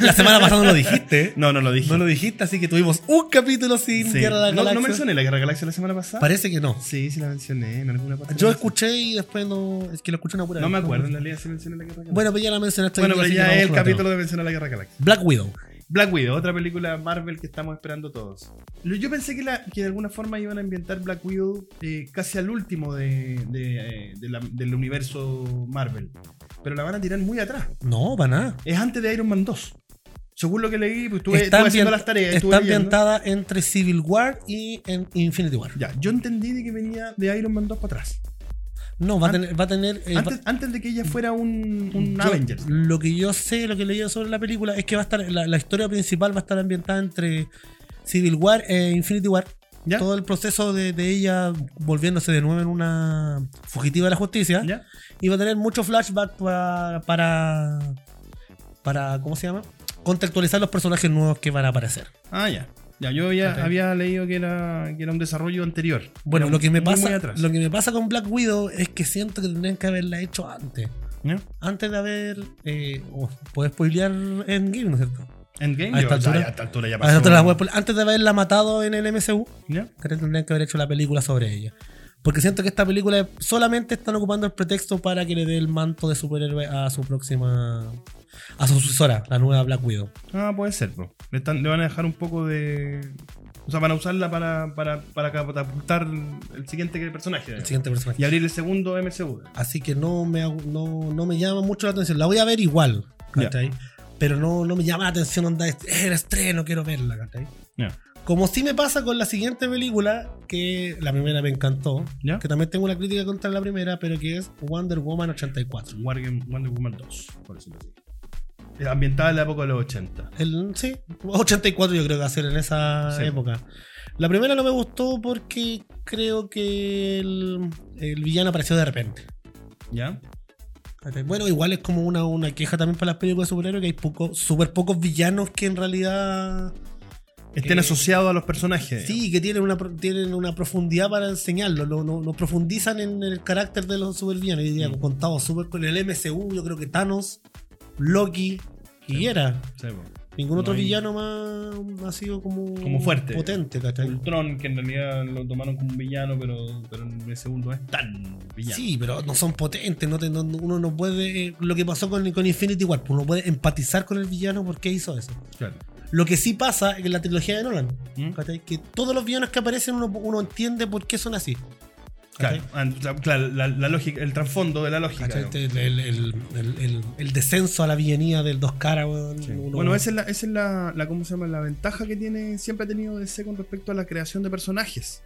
La semana pasada no lo dijiste, ¿eh?
No, no lo dije.
no lo dijiste, así que tuvimos un capítulo
Sí.
sin Guerra de la
No- no
Galaxia.
mencioné la guerra de la galaxia la semana pasada.
Parece que no.
Sí, sí la mencioné en alguna parte.
Yo
La-
escuché y después no. Es que lo escuché una pura
No
vez.
me acuerdo en realidad si mencioné la guerra de la
Bueno, pero ya la mencionaste. hoy día,
Bueno, pero
así que
ya
vamos
es el
con otro.
capítulo de mencionar la guerra de la galaxia.
Black Widow.
Black Widow, otra película Marvel que estamos esperando todos. Lo- Yo pensé que, la, que de alguna forma iban a ambientar Black Widow eh, casi al último de, de, eh, de la- del universo Marvel. Pero la van a tirar muy atrás.
No, para nada.
Es antes de Iron Man 2. Según lo que leí, pues estuve,
Está
estuve haciendo
ambient-
las tareas. estuve
Está
leyendo.
ambientada entre Civil War y en Infinity War.
Ya, yo entendí de que venía de Iron Man 2 para atrás.
No, va a tener. Va a tener eh,
Antes,
va-
antes de que ella fuera un, un
yo-
Avengers.
Lo que yo sé, lo que he leído sobre la película es que va a estar. La, la historia principal va a estar ambientada entre Civil War e Infinity War.
¿Ya?
Todo el proceso de, de ella volviéndose de nuevo en una fugitiva de la justicia.
¿Ya?
Y va a tener mucho flashback pa- para. para. ¿Cómo se llama? Contextualizar los personajes nuevos que van a aparecer.
Ah, ya. Ya, yo había,
Ok.
había leído que era, que era un desarrollo anterior.
Bueno,
Era
lo que, me
muy, muy
pasa,
atrás.
lo que me pasa con Black Widow es que siento que tendrían que haberla hecho antes.
¿Ya?
Antes de haber. Eh, oh, ¿Puedes spoilear Endgame, no es cierto?
Endgame.
A
yo-
esta
o sea,
altura-
ya a esta altura ya
Ah, no
pasó.
te la voy a spoilear. Antes de haberla matado en el MCU,
¿Ya?
creo que tendrían que haber hecho la película sobre ella. Porque siento que esta película solamente están ocupando el pretexto para que le dé el manto de superhéroe a su próxima. a su sucesora, la nueva Black Widow.
Ah, puede ser, po. Le, están- le van a dejar un poco de. O sea, van a usarla para, para, para catapultar el siguiente personaje.
El
digamos.
siguiente personaje.
Y abrir el segundo MCU.
Así que no me, hago- no, no me llama mucho la atención. La voy a ver igual,
Ya.
¿cachai? Pero no, no me llama la atención, onda, es es el estreno, quiero verla, ¿cachai?
Ya.
Como sí me pasa con la siguiente película, que la primera me encantó,
¿Ya?
que también tengo una crítica contra la primera, pero que es Wonder Woman 84.
Wargame- Wonder Woman 2, por decirlo así. Eh, Ambientada en la época de los 80.
El, sí, 84 yo creo que va a ser en esa
Sí.
época. La primera no me gustó porque creo que el, el villano apareció de repente.
¿Ya?
¿Cachai? Bueno, igual es como una, una queja también para las películas de superhéroes que hay poco, súper pocos villanos que en realidad
Estén
Eh,
asociados a los personajes.
sí, que tienen una, pro- tienen una profundidad para enseñarlo, no, no- no profundizan en el carácter de los supervillanos. Y
Mm.
digamos, contado súper con el MCU, yo creo que Thanos, Loki y
Sí.
era.
digamos. Sí, po.
Ningún
No
otro
hay-
villano más ha sido como,
Como fuerte.
potente, ¿cachai?
Ultron, que en realidad lo tomaron como un villano, pero, pero en el segundo no es tan villano.
Sí, pero no son potentes, no te- no- uno no puede, eh, lo que pasó con, con Infinity War, uno puede empatizar con el villano porque hizo eso.
Claro.
Lo que sí pasa en la trilogía de Nolan,
¿Mm?
¿cachai? Que todos los villanos que aparecen uno, uno entiende por qué son así.
Claro,
¿cachai?
Ah, la- claro, la, la lógica, el trasfondo de la lógica.
¿Cachai? Este,
digamos.
El, el- el- el- el- el descenso a la villanía del dos caras, weón,
Sí.
uno-
Bueno, esa es, la, esa es la, la- ¿cómo se llama? La ventaja que tiene, siempre ha tenido DC con respecto a la creación de personajes.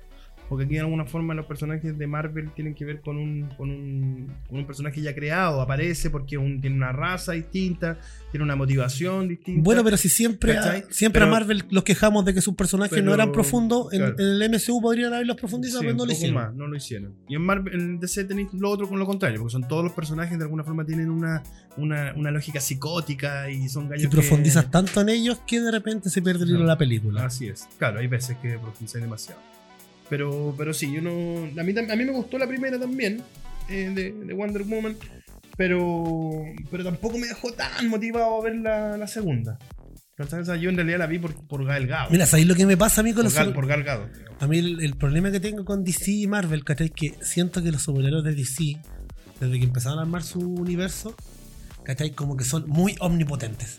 Porque aquí de alguna forma los personajes de Marvel tienen que ver con un, con un, con un personaje ya creado, aparece porque un- tiene una raza distinta, tiene una motivación distinta.
Bueno, pero si siempre, a,
¿Cachai?
siempre a
Pero-
Marvel los quejamos de que sus personajes no
Pero-
eran profundos, en,
claro.
en el MCU podrían haberlos profundizado,
Sí,
pero
un
no lo
poco
hicieron.
más, no lo hicieron. Y en Marvel, en DC tenéis lo otro con lo contrario, porque son todos los personajes de alguna forma tienen una, una, una lógica psicótica y son gallos
Y profundizas
que-
tanto en ellos que de repente se pierde el hilo
No. Ah,
de la película.
Así es. Claro, hay veces que profundizáis demasiado. Pero, pero sí, yo no. A mí, tam- a mí me gustó la primera también, eh, de, de Wonder Woman. Pero, pero tampoco me dejó tan motivado a ver la, la segunda. ¿Cachai? O sea, yo en realidad la vi por, por Gal Gadot.
Mira, ¿sabéis lo que me pasa a mí con
por,
los
Gal,
super-
por Gal Gadot, digamos.
A mí el, el problema que tengo con DC y Marvel, ¿cachai? Que siento que los superhéroes de DC, desde que empezaron a armar su universo, ¿cachai? Como que son muy omnipotentes,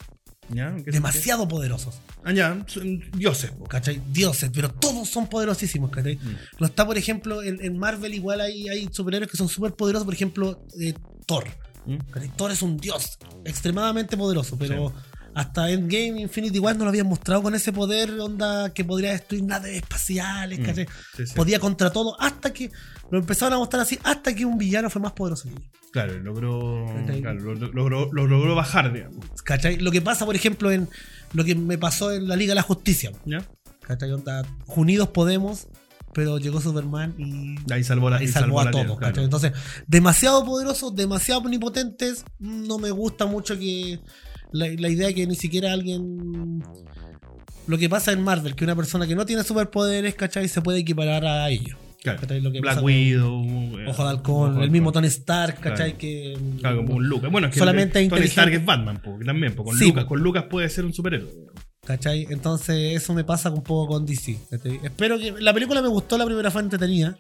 ¿Ya? ¿Qué-
demasiado poderosos,
qué? Ah, ya, son dioses. po.
¿cachai? Dioses, pero todos son poderosísimos, ¿cachai?
Mm.
No está, por ejemplo, en, en Marvel igual hay, hay superhéroes que son súper poderosos, por ejemplo, eh, Thor.
Mm.
¿cachai? Thor es un dios extremadamente poderoso, pero hasta Endgame, Infinity War no lo habían mostrado con ese poder, onda, que podría destruir naves espaciales,
Mm.
¿cachai?
Sí, sí.
podía contra todo hasta que lo empezaron a mostrar así hasta que un villano fue más poderoso que él.
Claro, logró,
¿Cachai?
claro, lo, lo- logró, lo logró bajar, digamos.
¿Cachai? Lo que pasa, por ejemplo, en lo que me pasó en la Liga de la Justicia.
¿Ya?
¿Cachai? Onda, Unidos Podemos, pero llegó Superman y,
Ahí salvó la
y
ahí
salvó a
la
todos.
liga,
¿cachai?
claro.
Entonces, demasiado poderosos, demasiado omnipotentes. No me gusta mucho que la, la idea que ni siquiera alguien... Lo que pasa en Marvel, que una persona que no tiene superpoderes, ¿cachai? Se puede equiparar a ellos.
Claro.
¿Cachai? Lo que
Eh, Black
pasa con
Widow, eh,
Ojo de Halcón, el mismo Tony Stark, ¿cachai?
Claro.
Que,
Claro, como un Lucas. Bueno, es que
Solamente
el- Tony
inteligente.
Stark es Batman, po, también, po, con
Sí,
Lucas.
po.
Con Lucas puede ser un superhéroe.
¿Cachai? Entonces eso me pasa un poco con DC. ¿cachai? Espero que... La película me gustó, la primera fue entretenida.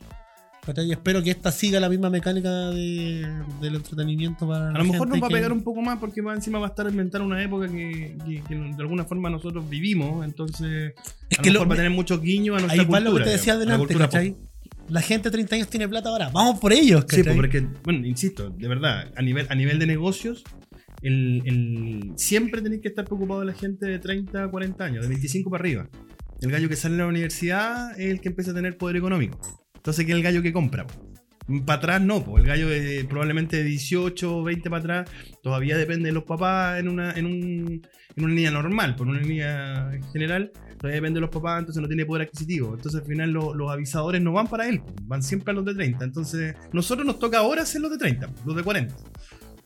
¿cachai? Y espero que esta siga la misma mecánica de- del entretenimiento para...
A lo mejor nos va a pegar un poco más porque más encima va a estar inventando una época que, que- que de alguna forma nosotros vivimos. Entonces,
Es
a
que lo-
lo mejor va a tener muchos guiños a nuestra
Ahí va lo que
cultura,
te decía
digamos, a la
delante,
cultura
¿cachai? La gente de 30 años tiene plata ahora. Vamos por ellos,
Sí,
¿cachai?
pues, porque, bueno, insisto, de verdad, a nivel, a nivel de negocios, el, el- siempre tenéis que estar preocupado de la gente de 30, 40 años, de 25 para arriba. El gallo que sale de la universidad es el que empieza a tener poder económico. Entonces, que es el gallo que compra. po. Para atrás no, po. el gallo eh, probablemente de 18 o 20 para atrás todavía depende de los papás en una, en un, en una línea normal, por una línea en general, todavía depende de los papás, entonces no tiene poder adquisitivo. Entonces al final lo- los avisadores no van para él, po. van siempre a los de 30. Entonces nosotros nos toca ahora ser los de 30, po, los de 40.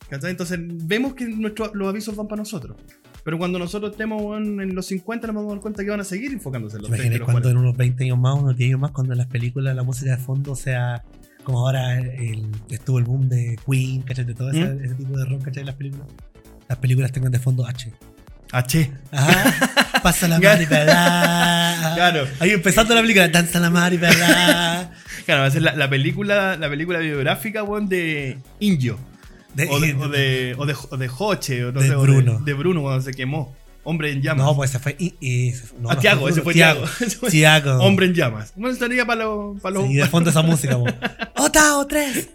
¿Cachai? Entonces vemos que nuestro- los avisos van para nosotros. Pero cuando nosotros estemos weón, en los 50 nos vamos a dar cuenta que van a seguir enfocándose en los 30 y
Imagínate
los
cuando
40.
en unos 20 años más, unos 10 años más, cuando en las películas la música de fondo sea como ahora el- estuvo el boom de Queen, ¿cachai? De todo ese,
¿Mm?
ese tipo de rock, ¿cachai? Las películas. Las películas tengan de fondo H.
Ah, che.
Ajá. Pasa la mar y verdad.
Claro.
Ahí empezando la película, danza la mar y verdad.
Claro, va a ser la, la película, la película biográfica, weón, de Indio.
De-
O de, o de, o de, o de Joche, o no
De
sé, o
Bruno.
de Bruno cuando se quemó. Hombre en llamas.
No, pues esa fue. y- y- no,
Ah,
no
Tiago, ese fue Tiago.
Tiago.
Hombre en llamas. Bueno, estaría para los. Pa lo,
Y de fondo esa música, po. Otao 3.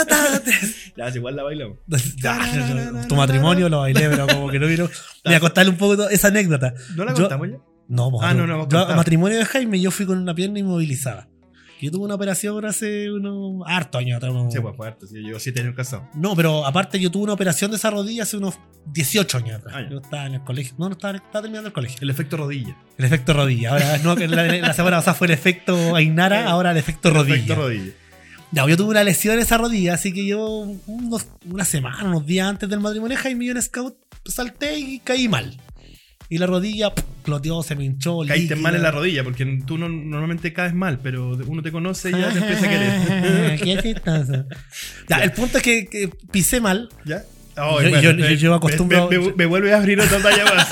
Otao 3.
Ya, si igual la bailamos.
Tu matrimonio lo bailé, pero como que no vino. Voy a contarle un poco to- esa anécdota.
¿No la
Yo-
contamos ya?
No, po,
Ah, no, no, vos
yo,
contá.
matrimonio de Jaime, yo fui con una pierna inmovilizada. Yo tuve una operación hace unos harto años atrás. unos-
Sí, pues fue harto. Sí, yo siete años casado.
No, pero aparte yo tuve una operación de esa rodilla hace unos 18 años atrás.
Ah, ya.
yo estaba en el colegio. No, no estaba, estaba terminando el colegio.
El efecto rodilla.
El efecto rodilla. Ahora, no, que la, la semana pasada fue el efecto Ainara, ahora el efecto rodilla.
Efecto rodilla.
No, yo tuve una lesión en esa rodilla, así que yo unos, una semana, unos días antes del matrimonio, Jaime y un scout salté y caí mal. Y la rodilla pff, cloteó, se me hinchó.
Caíste
líquida.
mal en la rodilla porque tú no- normalmente caes mal, pero uno te conoce y ya te empieza a querer.
Qué chistoso. Ya, el punto es que, que pisé mal.
¿Ya? Oh,
Yo-
bueno,
yo-
me-
yo acostumbro-
Me, me- me vuelve a abrir otra talla más.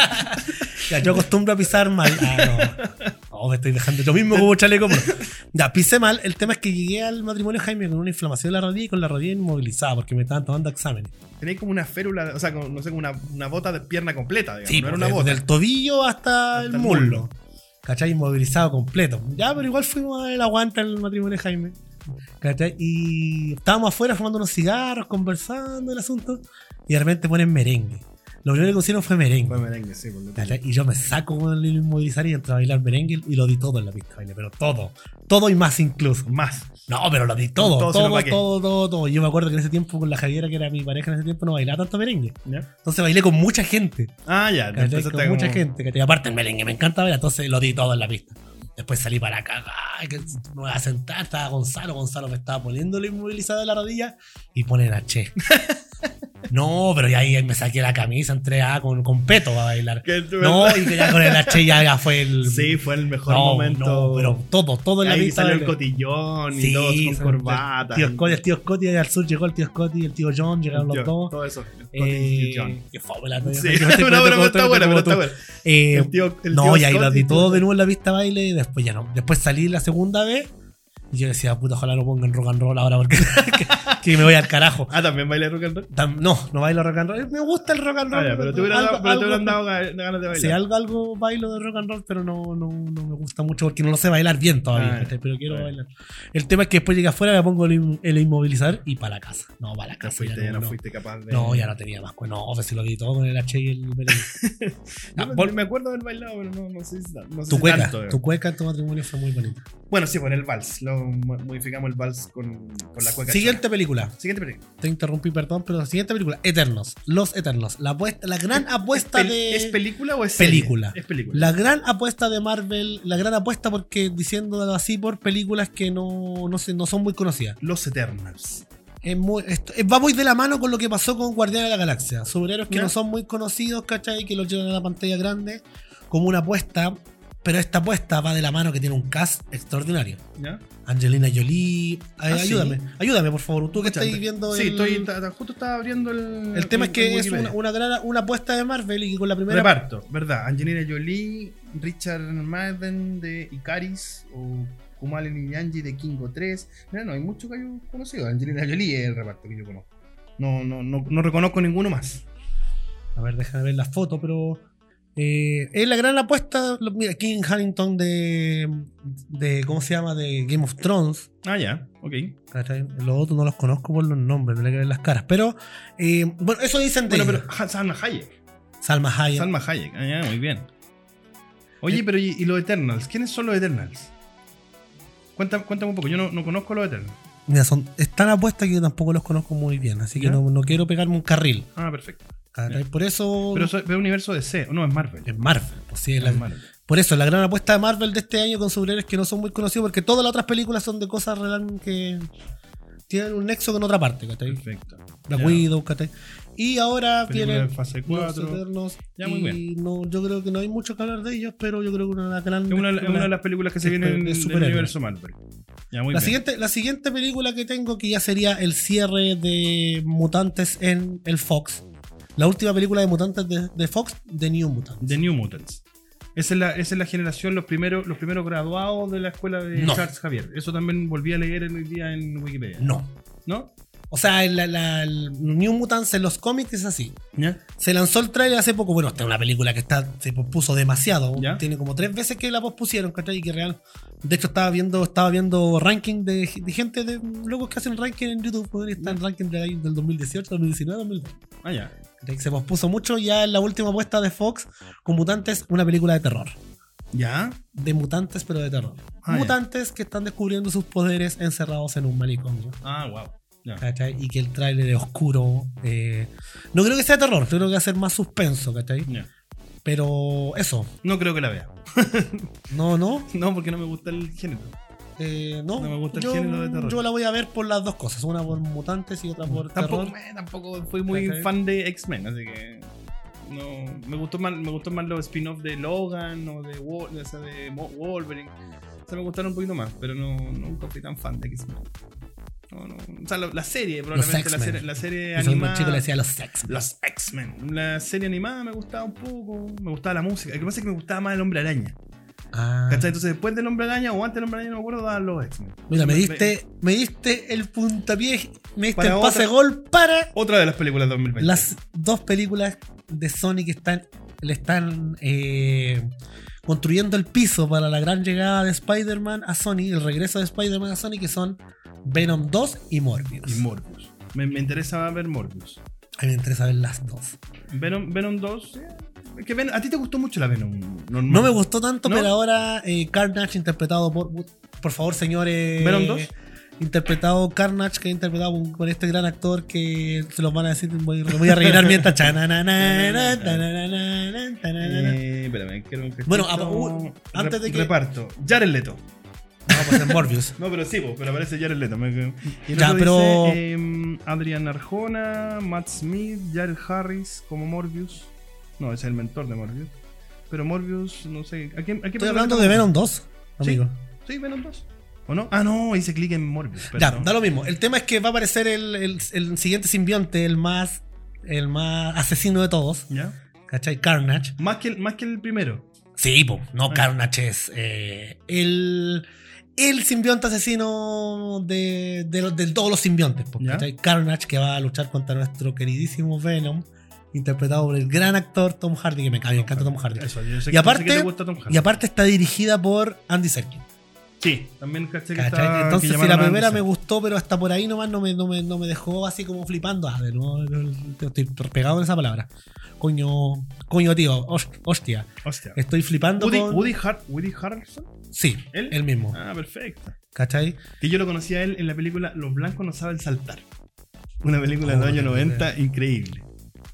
Ya, yo acostumbro a pisar mal. Ah, no. No, me estoy dejando yo mismo como chaleco. pero- Ya, pisé mal. El tema es que llegué al matrimonio de Jaime con una inflamación de la rodilla y con la rodilla inmovilizada porque me estaban tomando exámenes.
Tenéis como una férula, o sea, como, no sé, como una, una bota de pierna completa, digamos.
Sí,
no
pues,
era una
desde
bota.
el tobillo hasta, el
el
muslo.
muslo.
¿Cachai? Inmovilizado completo. Ya, pero igual fuimos a dar el aguanta en el matrimonio de Jaime. ¿Cachai? Y estábamos afuera fumando unos cigarros, conversando el asunto. Y de repente ponen merengue. Lo primero que pusieron fue merengue.
Fue Pues merengue, sí, por lo tanto.
¿cachai? Y yo me saco con el inmovilizar y entro a bailar merengue y lo di todo en la pista de baile, pero todo. Todo y más incluso.
Más.
No, pero lo di todo,
Todo,
todo,
si no,
todo,
¿pa' qué?
todo, todo, Yo me acuerdo que en ese tiempo con la Javiera, que era mi pareja en ese tiempo, no bailaba tanto merengue.
¿Ya?
Entonces bailé con mucha gente.
Ah, ya.
¿Cachai?
entonces
con
está
mucha
como-
gente. ¿cachai? Aparte el merengue, me encanta ver, entonces lo di todo en la pista. Después salí para acá, ah, que me voy a sentar, estaba Gonzalo, Gonzalo me estaba poniendo la inmovilizada de la rodilla y ponen a Che. No, pero ya ahí me saqué la camisa, entré ah, con, con peto a bailar.
Que tú-
No, y que ya con el H ya, ya fue el.
Sí, fue el mejor
no,
momento.
no, pero todo, todo en la
Ahí
pista.
salió el
bailé.
cotillón y
Sí,
todos con
salió el
corbata.
Tío Scotty, el tío Scotty, ahí al sur llegó el tío Scotty, el tío John, llegaron los
Yo-
dos.
Todo eso. el Scotty y
Eh,
el John.
qué fome la
Sí, no, pero, pero está buena, pero está buena.
Eh,
El tío- el
no,
tío
y ahí lo
Scott
di
y
todo
tú-
de nuevo en la pista de baile y después ya no. Después salí la segunda vez y yo decía, puta, ojalá no pongan rock and roll ahora porque que, que me voy al carajo.
Ah, también bailé rock and roll.
Tam- no, no bailo rock and roll. Me gusta el rock and
Ah,
roll.
ya, pero te hubieran
algo-
dado- pero te
algo-
hubieran dado ga- ganas de bailar.
Sí, algo, algo bailo de rock and roll, pero no, no, no me gusta mucho porque no lo sé bailar bien todavía.
Ah,
¿cachai? pero quiero
ah.
bailar. El tema es que después llegué afuera, me pongo el, in- el inmovilizar y para la casa. No, para la
No
casa.
fuiste, ya no,
no.
fuiste capaz de.
No, ya no tenía más. Pues no, pues si lo di todo con el H y el merengue.
Yo
Ah,
me-
vol-
me acuerdo haber bailado, pero no, no sé, si- no sé
tu
si
cueca,
tanto, eh.
tu cueca en tu matrimonio fue muy bonita.
Bueno, sí, bueno, el vals. Lo mo- modificamos el vals con, con la cueca.
Siguiente película.
chora. Siguiente película.
Te interrumpí, perdón, pero la siguiente película, Eternos. Los Eternos. La, apuesta- la gran apuesta
Pel-
de.
¿Es película o es serie?
Película.
Es película.
la gran apuesta de Marvel, la gran apuesta porque diciéndolo así por películas que no, no, sé, no son muy conocidas.
Los Eternals.
Es muy- esto- eh, va muy de la mano con lo que pasó con Guardianes de la Galaxia. Superhéroes que
Ya.
no son muy conocidos, ¿cachai? Que los llevan a la pantalla grande como una apuesta. Pero esta apuesta va de la mano que tiene un cast extraordinario.
¿Ya?
Angelina Jolie. Ay,
Ah, sí.
ayúdame, ayúdame por favor. Tú que estás
Chante.
viendo
Sí,
el,
estoy, ta- ta- justo estaba abriendo el.
el tema es
el
que es
Wikipedia.
una, una gran una apuesta de Marvel y que con la primera.
Reparto, ¿verdad? Angelina Jolie, Richard Madden de Icaris o Kumail Nanjiani de Kingo 3. Mira, no, hay mucho que yo conocido. Angelina Jolie es el reparto que yo conozco. No, no, no, no reconozco ninguno más.
A ver, déjame ver la foto, pero. eh, es la gran apuesta. lo- Mira, King Harrington de, de. ¿Cómo se llama? De Game of Thrones.
Ah, ya, ok.
¿cachai? Los otros no los conozco por los nombres, tendré que ver las caras. Pero, eh, bueno, eso dicen de
Bueno, pero
ella.
Ha- Salma Hayek.
Salma Hayek.
Salma Hayek, ah, ya, muy bien. Oye, pero ¿y, y los Eternals? ¿Quiénes son los Eternals? Cuéntame, cuéntame un poco, yo no, no conozco los Eternals.
Mira, son, es tan apuesta que yo tampoco los conozco muy bien, así que
¿Ya?
no, no quiero pegarme un carril.
Ah, perfecto.
¿cachai? Por eso.
Pero eso es un universo de C, no es Marvel.
es Marvel. pues sí, es la-
Es Marvel.
por eso, la gran apuesta de Marvel de este año con superhéroes que no son muy conocidos, porque todas las otras películas son de cosas real que tienen un nexo con otra parte, ¿cachai?
Perfecto.
Black
Ya.
Widow, ¿cachai? Y ahora
Película
vienen
de fase
los
4.
Eternos.
Ya, muy
y No, yo creo que no hay mucho que hablar de ellos, pero yo creo que una gran.
Es una, es una de las películas que se
Es
vienen
de
del
superhéroe.
universo Marvel. Ya, muy
La
bien.
siguiente, la siguiente película que tengo, que ya sería el cierre de Mutantes en el Fox. La última película de Mutantes de, de Fox, The New Mutants.
The New Mutants. Esa es la, esa es la generación, los primeros, los primeros graduados de la escuela de
No.
Charles Javier. Eso también volví a leer en el día en Wikipedia.
No.
¿No?
O sea, la, la- el New Mutants en los cómics es así.
¿Ya?
Se lanzó el tráiler hace poco. Bueno, esta es una película que está, se pospuso demasiado.
¿Ya?
Tiene como tres veces que la pospusieron, ¿cachai? Y que real. De hecho, estaba viendo, estaba viendo ranking de, de gente de locos que hacen ranking en YouTube. Podría estar en ranking de ahí del 2018, 2019, 2020.
Ah, ya.
¿cachai? Se pospuso mucho ya en la última apuesta de Fox con Mutantes, una película de terror.
¿Ya?
De mutantes, pero de terror.
Ah, ya.
mutantes que están descubriendo sus poderes encerrados en un manicomio.
Ah, wow.
¿cachai? Y que el tráiler es oscuro. eh, no creo que sea terror, creo que va a ser más suspenso, ¿cachai?
Ya.
Pero eso,
No creo que la vea.
no, no,
No, porque no me gusta el género.
eh, no.
No me gusta el
yo,
género de terror.
Yo la voy a ver por las dos cosas, una por mutantes y otra por
Tampoco,
terror.
eh, tampoco fui muy
Ajá.
fan de X-Men, así que. No, me gustó más, me gustó más los spin-off de Logan o de, Wol- o sea, de Mo- Wolverine. O sea, me gustaron un poquito más, pero no, nunca fui tan fan de X-Men. No, no. O sea, lo- la serie, probablemente la
X-Men.
serie, la serie
Yo soy un
animada.
chico le decía los sex.
Los X-Men. La serie animada me gustaba un poco. Me gustaba la música. Lo que pasa es que me gustaba más el hombre araña.
Ah.
¿Cachai? Entonces, después del hombre araña o antes del hombre araña, no me acuerdo, daban los X-Men.
Mira, me
Me-
diste, me diste el puntapié, me diste
Para
el pase
otra-
gol para
Otra de las películas de 2020.
las dos películas de Sony que están, le están eh, construyendo el piso para la gran llegada de Spider-Man a Sony, el regreso de Spider-Man a Sony, que son Venom 2 y Morbius.
Y Morbius. Me, me interesa ver Morbius.
A mí me interesa ver las dos.
Venom, Venom 2. eh, Que Venom- a ti te gustó mucho la Venom normal.
No me gustó tanto,
Mm. ¿No?
pero ahora eh, Carnage interpretado por... Por favor, señores...
¿Venom 2?
Interpretado Carnage, que ha interpretado por, por este gran actor que se los van a decir, voy, lo voy a rellenar mientras. chananana, tananana, tananana.
Eh, espérame, quiero un
Bueno,
gestito.
a- uh, antes de que-
Reparto. Jared Leto.
No, pues es Morbius.
No, pero sí, po, pero aparece Jared Leto. me- que- Y el
Ya,
otro
pero-
dice, em, Adrián Arjona, Matt Smith, Jared Harris como Morbius. No, ese es el mentor de Morbius. Pero Morbius, no sé. ¿a quién- a quién
Estoy
persona
hablando
le
de
tocó?
Venom 2, amigo.
Sí, Venom 2. ¿O no? Ah, no, hice clic en Morbius.
Ya,
perdón.
da lo mismo. El tema es que va a aparecer el, el- el siguiente simbionte, el más, el más asesino de todos.
¿Ya?
¿Cachai? Carnage.
Más que, el- más que el primero.
Sí, po, no,
Ah.
Carnage es eh, el, el simbionte asesino de, de, los- de todos los simbiontes. po,
Ya.
¿cachai? Carnage que va a luchar contra nuestro queridísimo Venom, interpretado por el gran actor Tom Hardy, que me, cae, me encanta Tom Hardy.
Eso, yo sé
Y
que- yo sé
aparte-
que te gusta Tom Hanks.
Y aparte está dirigida por Andy Serkis.
Sí, también caché que
¿Cachai?
está-
Entonces,
que
si la
llamaron a
primera me
Anderson.
gustó, pero hasta por ahí nomás no me, no me, no me dejó así como flipando. Ah, de nuevo, no, no, estoy pegado en esa palabra. Coño, coño, tío, hos- hostia.
Hostia.
Estoy flipando
Woody,
con.
Woody, Har- Woody Harrelson.
Sí,
¿Él?
¿El? mismo.
Ah, perfecto.
¿Cachai?
Que yo lo conocí a él en la película Los blancos no saben saltar. Una película del
Oh,
año
no
90 increíble.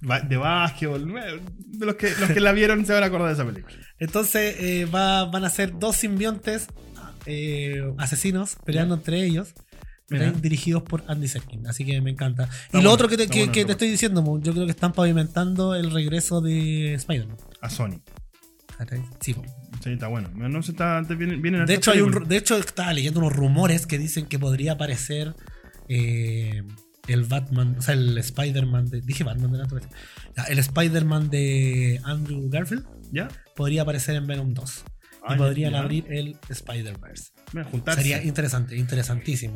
Ba- De básquetbol. eh, De los que, los que la vieron se van a acordar de esa película.
Entonces, eh, va- van a ser dos simbiontes eh, asesinos peleando entre ellos.
Mira.
¿cachai? Dirigidos por Andy Serkin, así que me encanta. y lo
bueno,
otro que te,
está
que-
bueno el
que te
rumor.
estoy diciendo, Mo, yo creo que están pavimentando el regreso de Spider-Man.
A Sony.
¿cachai? Sí, po.
Sí, está bueno. No se está. te Vienen, vienen
De
hartas
hecho, hay un, ru-
películas.
de hecho, estaba leyendo unos rumores que dicen que podría aparecer eh, el Batman, o sea, el Spider-Man de. Dije Batman de la otra vez. Ya, El Spider-Man de Andrew Garfield
¿Ya?
podría aparecer en Venom 2.
Ah,
y podrían
ya.
abrir el Spider-Verse.
Mira, juntarse.
Sería interesante, interesantísimo.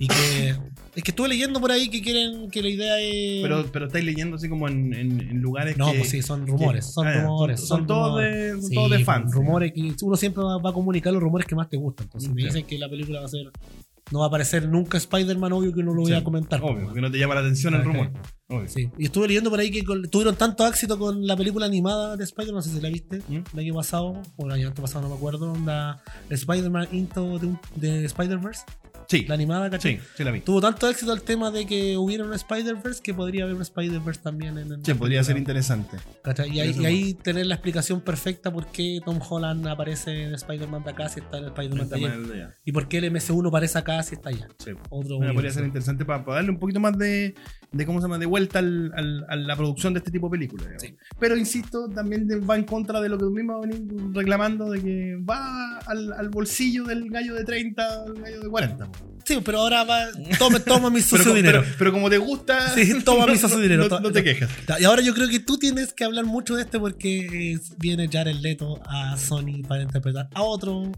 Y que. es que estuve leyendo por ahí que quieren que la idea es.
Pero, pero estáis leyendo así como en, en- en lugares
no,
que.
pues sí, son rumores, son
Ah, ya,
rumores.
Son, son todos
rumores.
de, son
Sí, pues,
todos de fans.
Rumores que uno siempre va, va a comunicar los rumores que más te gustan. Entonces, me
Claro.
dicen que la película va a ser. No va a aparecer nunca Spider-Man, obvio que no lo voy
Sí,
a comentar.
Obvio, porque no te llama la atención el rumor. Obvio.
Sí. Y estuve leyendo por ahí que con- tuvieron tanto éxito con la película animada de Spider-Man, no sé si la viste,
¿Mm?
el año pasado, o el año pasado, no me acuerdo, la Spider-Man Into de, un- de Spider-Verse,
Sí,
la animada, ¿cachai?
sí, sí la vi.
Tuvo tanto éxito el tema de que hubiera un Spider-Verse que podría haber un Spider-Verse también en el.
Sí, podría ser interesante.
¿Cachai? Y, ahí,
Eso
y ahí tener la explicación perfecta por qué Tom Holland aparece en Spider-Man de acá si está en Spider-Man de allá. Y por qué el MC1 aparece acá si está allá.
Sí.
Otro
Bueno, podría
universo.
ser interesante para, para darle un poquito más de, de cómo se llama de vuelta al- al- a la producción de este tipo de películas. digamos.
Sí.
Pero insisto, también de- va en contra de lo que tú mismo venís reclamando de que va al, al bolsillo del gallo de 30, al gallo de 40. po.
Sí, pero ahora va. Toma, toma mi
Pero,
sucio
co-
dinero.
pero- pero como te gusta,
Sí, toma mi sucio dinero.
no-
to-
no te quejas.
Ya, Y ahora yo creo que tú tienes que hablar mucho de este porque eh, viene Jared Leto a Sony para interpretar a otro,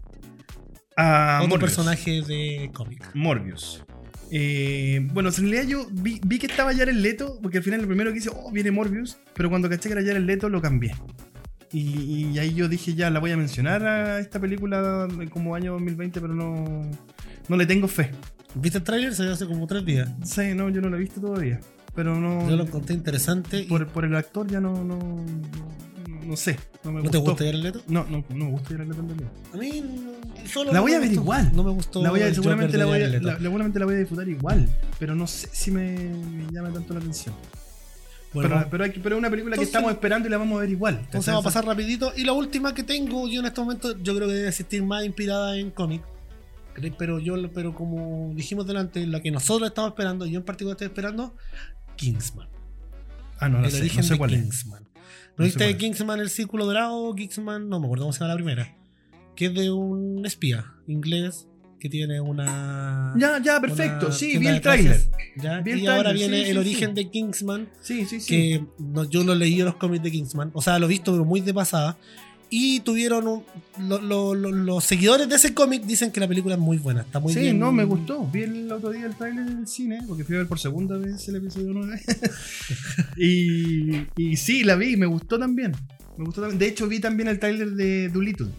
A
otro
Morbius.
personaje de cómic.
Morbius. Eh, bueno, en realidad yo vi, vi que estaba Jared Leto, porque al final lo primero que hice, oh, viene Morbius, pero cuando caché que era Jared Leto lo cambié. Y, y ahí yo dije, ya, la voy a mencionar a esta película como año 2020, pero no, no le tengo fe.
¿Viste el tráiler? Se hace como tres días.
Sí, no, yo no la he visto todavía. Pero no...
Yo lo encontré interesante. y
por, por el actor ya no... No, no- no sé. No, me
¿No te gusta
gustó.
Jared Leto?
No, no, no me gusta Jared Leto en realidad.
A mí no- solo
La
no
voy a
me gustó.
averiguar.
No me gustó.
La voy a,
el
seguramente,
Joker
la
de
voy a,
Jared Leto.
la- seguramente la voy a disfrutar igual, pero no sé si me, me llama tanto la atención.
Bueno,
pero, pero, hay que- pero es una película
Entonces-
que estamos esperando y la vamos a ver igual.
entonces va a pasar rapidito. Y la última que tengo, yo en este momento yo creo que debe existir más inspirada en cómic. Cre- Pero yo, pero como dijimos delante, la que nosotros estamos esperando, yo en particular estoy esperando, Kingsman.
Ah, no, no
el
sé,
origen
no sé
de
cuál es.
Kingsman. ¿No
sé
viste
cuál es.
Kingsman el Círculo Dorado? Kingsman, no me acuerdo cómo se llama la primera. Que es de un espía inglés que tiene una.
Ya, ya, perfecto.
una
Sí,
tienda
vi
de
el
trajes.
tráiler.
Ya,
Vi
Y
el
ahora
tráiler,
viene
sí,
el
sí,
origen
sí.
de Kingsman.
Sí, sí, sí.
Que no- yo lo leí en los cómics de Kingsman. O sea, lo he visto pero muy de pasada. Y tuvieron. un- lo- lo- lo- los seguidores de ese cómic dicen que la película es muy buena. Está muy
sí,
bien.
no, me gustó. Vi el otro día el tráiler del cine, porque fui a ver por segunda vez el episodio 9. y, y sí, la vi, me gustó también. Me gustó también. De hecho, vi también el tráiler de Doolittle.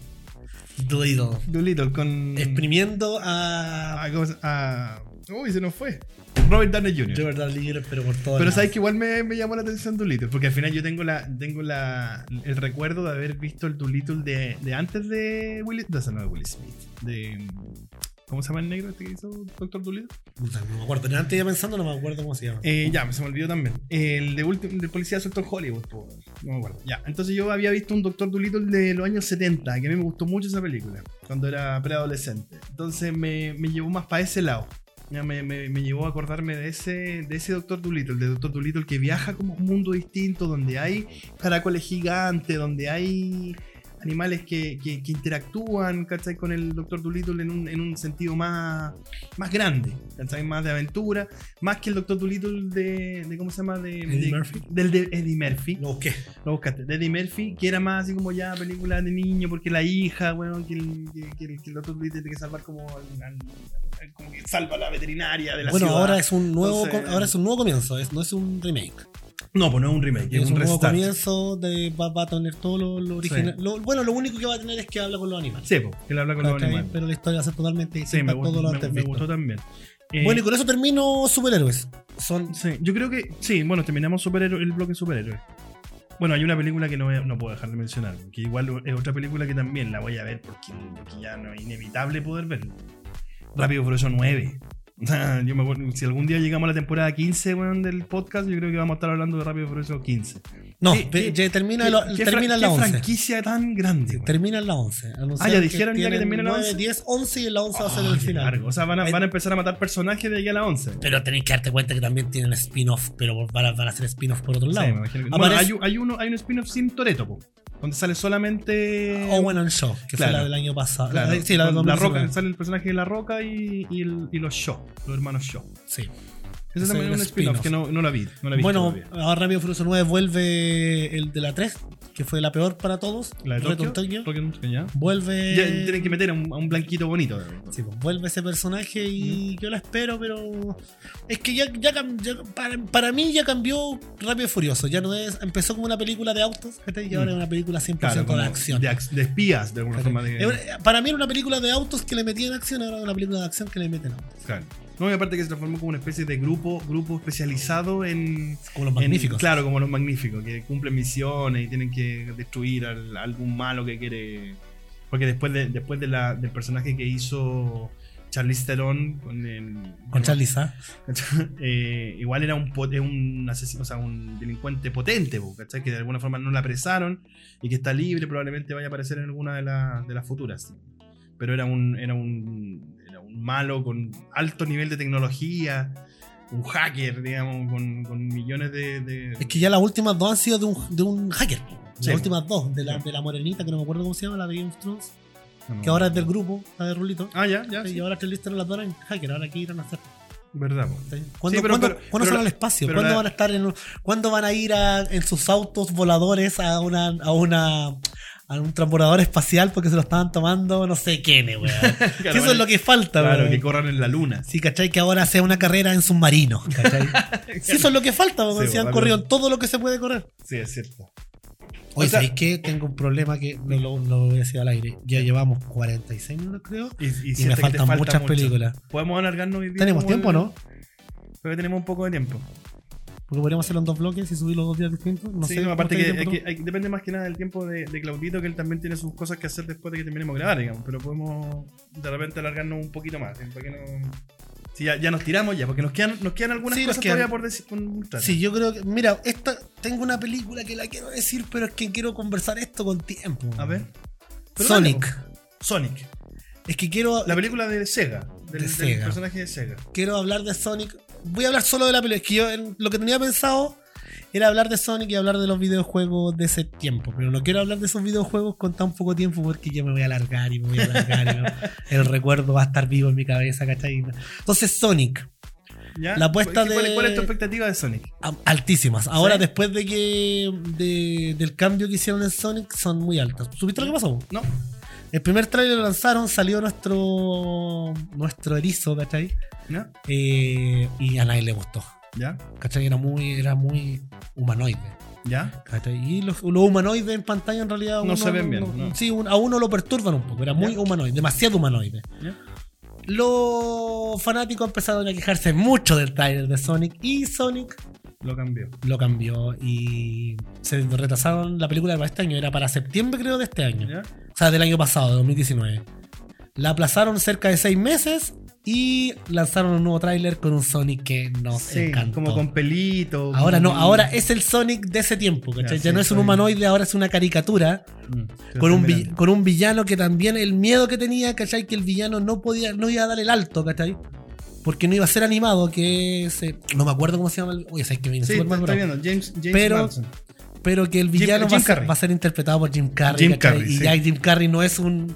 Doolittle.
Doolittle con...
Exprimiendo a.
a- ¿cómo se- a- Uy, se nos fue. Robert Downey Jr.
Robert Downey Jr., pero por todo
Pero sabes que igual me, me llamó la atención Doolittle, porque al final yo tengo la tengo la el recuerdo de haber visto el Doolittle de, de antes de Will, no, esa no de Will Smith, de ¿cómo se llama el negro este que hizo Doctor Doolittle?
Puta, No me acuerdo. Tenía Antes ya pensando, no me acuerdo cómo se llama.
Eh, ya, se me olvidó también. El de último del policía suelto en Hollywood, po, no me acuerdo. Ya, entonces yo había visto un Doctor Doolittle de los años 70, que a mí me gustó mucho esa película, cuando era preadolescente. Entonces me, me llevó más para ese lado. Ya me, me- me llevó a acordarme de ese, de ese Doctor Doolittle, de Doctor Doolittle que viaja como a un mundo distinto, donde hay caracoles gigantes, donde hay animales que, que- que interactúan, ¿cachai? Con el Doctor Doolittle en un, en un sentido más, más grande, ¿cachai? Más de aventura, más que el Doctor Doolittle de, de ¿cómo se llama? De,
Eddie
de-
Murphy.
Del de Eddie Murphy.
Lo busqué.
Lo buscaste. De Eddie Murphy, que era más así como ya película de niño, porque la hija, bueno, que el, que, que el, que el Doctor Doolittle tiene que salvar como, al- al- al- como que salva a la veterinaria de la
Bueno,
ciudad.
ahora es un nuevo
Entonces-
com- ahora es un nuevo comienzo, es- no es un remake.
No, pues no es un remake,
Es un, nuevo comienzo de va, va a tener todo lo, lo original. Lo- bueno, lo único que va a tener es que habla con los animales.
Sí, pues, que le habla con los
¿cachai?
animales.
Pero la historia va a ser totalmente distinta
Sí, me
a todo
gustó,
lo
me-
antes
me
visto.
gustó también. Eh,
Bueno, y con eso termino superhéroes. Son
Sí, yo creo que. Sí, bueno, terminamos superhéroe- el bloque superhéroes. Bueno, hay una película que no, voy a- no puedo dejar de mencionar, que igual es otra película que también la voy a ver porque, porque ya no es inevitable poder verla. Rápido Furioso 9. O sea, yo me acuerdo- si algún día llegamos a la temporada 15 weón, del podcast, yo creo que vamos a estar hablando de Rápido Furioso 15.
No,
¿Qué-
ve-
qué-
ya termina, lo-
¿Qué- qué
termina
fran-
la
qué
11.
franquicia tan grande?
Sí,
weón?
Termina en la 11. Anunciaron
ya dijeron ya que
tienen
termina en la
9,
11.
10, 11 y en la 11 va a ser
Ay,
el
qué
final.
largo. O sea, van a,
Ahí-
van a empezar a matar personajes de aquí a la 11.
Pero tenéis que darte cuenta que también tienen spin-off, pero van a, van a hacer spin-off por otro
Sí,
lado.
me imagino que- No,
Aparece-
hay, un- hay uno, hay un spin-off sin Toreto, donde sale solamente.
Owen and Shaw, que
Claro.
fue la del año pasado.
Claro,
sí, la, del
con la
2019.
roca, sale el personaje de la roca y, y el- y los Shaw, los hermanos Shaw.
Sí.
Ese
Es
también
el
es un spin-off
spin-off.
que no, no la vi. No la vi
Bueno, ahora Rápido Furioso 9 vuelve el de la 3, que fue la peor para todos.
la de
Reto
Tokio.
Tokio. Eh,
Tokio, Tokio, ya.
Vuelve.
Ya tienen que meter a un, a un blanquito bonito.
Sí, pues, vuelve ese personaje y yo la espero, pero. Es que ya, ya cam- ya- para, para mí ya cambió Rápido y Furioso. Ya no es. Empezó como una película de autos, ¿cachai? Y ahora
Mm.
es una película 100%
como
de acción.
De, ac- de espías, de alguna
¿cachai?
forma.
Es
De,
una- Para mí era una película de autos que le metían acción, ahora es una película de acción que le meten autos.
claro. No, y aparte que se transformó como una especie de grupo, grupo especializado en,
Como los
en-
magníficos.
claro, como los magníficos, que cumplen misiones y tienen que destruir al- algún malo que quiere. Porque después, de, después de la, del personaje que hizo Charlize Theron con el.
Con Charlize Sa.
eh, igual era un, po- es un asesino, o sea, un delincuente potente, po, ¿cachai? Que de alguna forma no la apresaron y que está libre, probablemente vaya a aparecer en alguna de, la- de las futuras. Pero era un, era un. Era un malo con alto nivel de tecnología. Un hacker, digamos, con, con millones de. de-
Es que ya las últimas dos han sido de un, de un hacker.
Sí.
Las últimas dos, de la,
Sí.
de la morenita, que no me acuerdo cómo se llama, la de Game of Thrones,
no.
que ahora es del grupo, la de Rulito.
Ah, ya, ya.
Y
sí.
ahora Charlize Theron las dos eran hacker, ahora que irán a hacer.
Verdad, po.
¿sí? ¿Cuándo,
Sí, pero-
cuándo-
pero-
cuándo
pero
se van
la-
al espacio?
pero
¿Cuándo
la-
van a estar en un- ¿Cuándo van a ir a- en sus autos voladores a una a una a un transbordador espacial porque se lo estaban tomando no sé quiénes, weón? Que
Claro,
eso es lo que falta,
Claro,
weón.
que corran en la luna.
Sí, ¿cachai? Que ahora sea una carrera en submarino, ¿cachai? sí, eso es lo que falta, porque
Sí,
se han
bueno,
corrido todo lo que se puede correr.
Sí, es cierto.
Oye,
O sea-
¿sabéis qué? Tengo un problema que no lo, no lo voy a decir al aire. Ya llevamos 46 minutos, creo.
Y, y
Y,
siento que
me
te
faltan
falta
muchas
mucho.
películas.
Podemos alargarnos hoy día
Tenemos
como el-
tiempo, ¿no?
Creo que tenemos un poco de tiempo.
Porque podríamos hacerlo en dos bloques y subirlo dos días distintos. No
sí,
sé.
no,
¿cómo
aparte
está
que,
el tiempo
hay que- hay- depende más que nada del tiempo de, de Claudito, que él también tiene sus cosas que hacer después de que terminemos de grabar, digamos. Pero podemos de repente alargarnos un poquito más. ¿eh? Para que no... Sí, ya, ya nos tiramos ya, porque nos quedan, nos quedan algunas
Sí, nos
cosas
quedan.
todavía por decir. por mostrar.
tú? Sí, yo creo que. Mira, esta, tengo una película que la quiero decir, pero es que quiero conversar esto con tiempo.
A ver. Pero dale,
Sonic.
po. Sonic.
es que quiero,
La película de Sega. Del,
De
del
Sega.
personaje de Sega.
quiero hablar de Sonic. Voy a hablar solo de la película. Es que yo en- lo que tenía pensado era hablar de Sonic y hablar de los videojuegos de ese tiempo. Pero no quiero hablar de esos videojuegos con tan poco tiempo porque yo me voy a alargar y me voy a alargar. y no- el recuerdo va a estar vivo en mi cabeza, ¿cachai? Entonces, Sonic.
¿Ya?
La apuesta
¿Cuál- ¿Cuál,
de-
cuál es tu expectativa de Sonic?
am- Altísimas. Ahora,
¿Sí?
después de que de- del cambio que hicieron en Sonic, son muy altas. ¿Supiste lo que pasó?
No.
El primer trailer lo lanzaron, salió nuestro nuestro erizo, ¿cachai?
¿Ya?
Eh, y a nadie le gustó.
¿Ya?
¿Cachai? Era muy, era muy humanoide.
¿Ya?
¿cachai? Y los, los humanoides en pantalla en realidad.
No
uno
se ven bien, no.
Sí, un- a uno lo perturban un poco. Era muy
Ya.
humanoide, demasiado humanoide.
Ya.
Los fanáticos empezaron a quejarse mucho del trailer de Sonic y Sonic
Lo cambió.
lo cambió y se retrasaron la película para este año. Era para septiembre, creo, de este año.
¿Ya?
O sea, del año pasado, de 2019. La aplazaron cerca de seis meses y lanzaron un nuevo tráiler con un Sonic que nos
Sí,
encantó.
como con pelito.
Ahora no,
como-
ahora es el Sonic de ese tiempo, ¿cachai?
Ya,
Ya
sí,
no es un
soy-
humanoide, ahora es una caricatura
Mm, te
con un,
estoy
vi-
mirando.
con un villano que también el miedo que tenía, ¿cachai? Que el villano no podía, no iba a dar el alto, ¿cachai? Porque no iba a ser animado, que se. No me acuerdo cómo se llama el. Oye, sabes que viene
Sí,
Superman,
estoy
bro.
viendo. James, James
Pero-
Manson.
Pero que el villano
Jim
va, a ser-
Carrey.
va a ser interpretado por Jim Carrey.
Jim
¿cachai?
Carrey,
y
sí.
ya Jim Carrey no es un.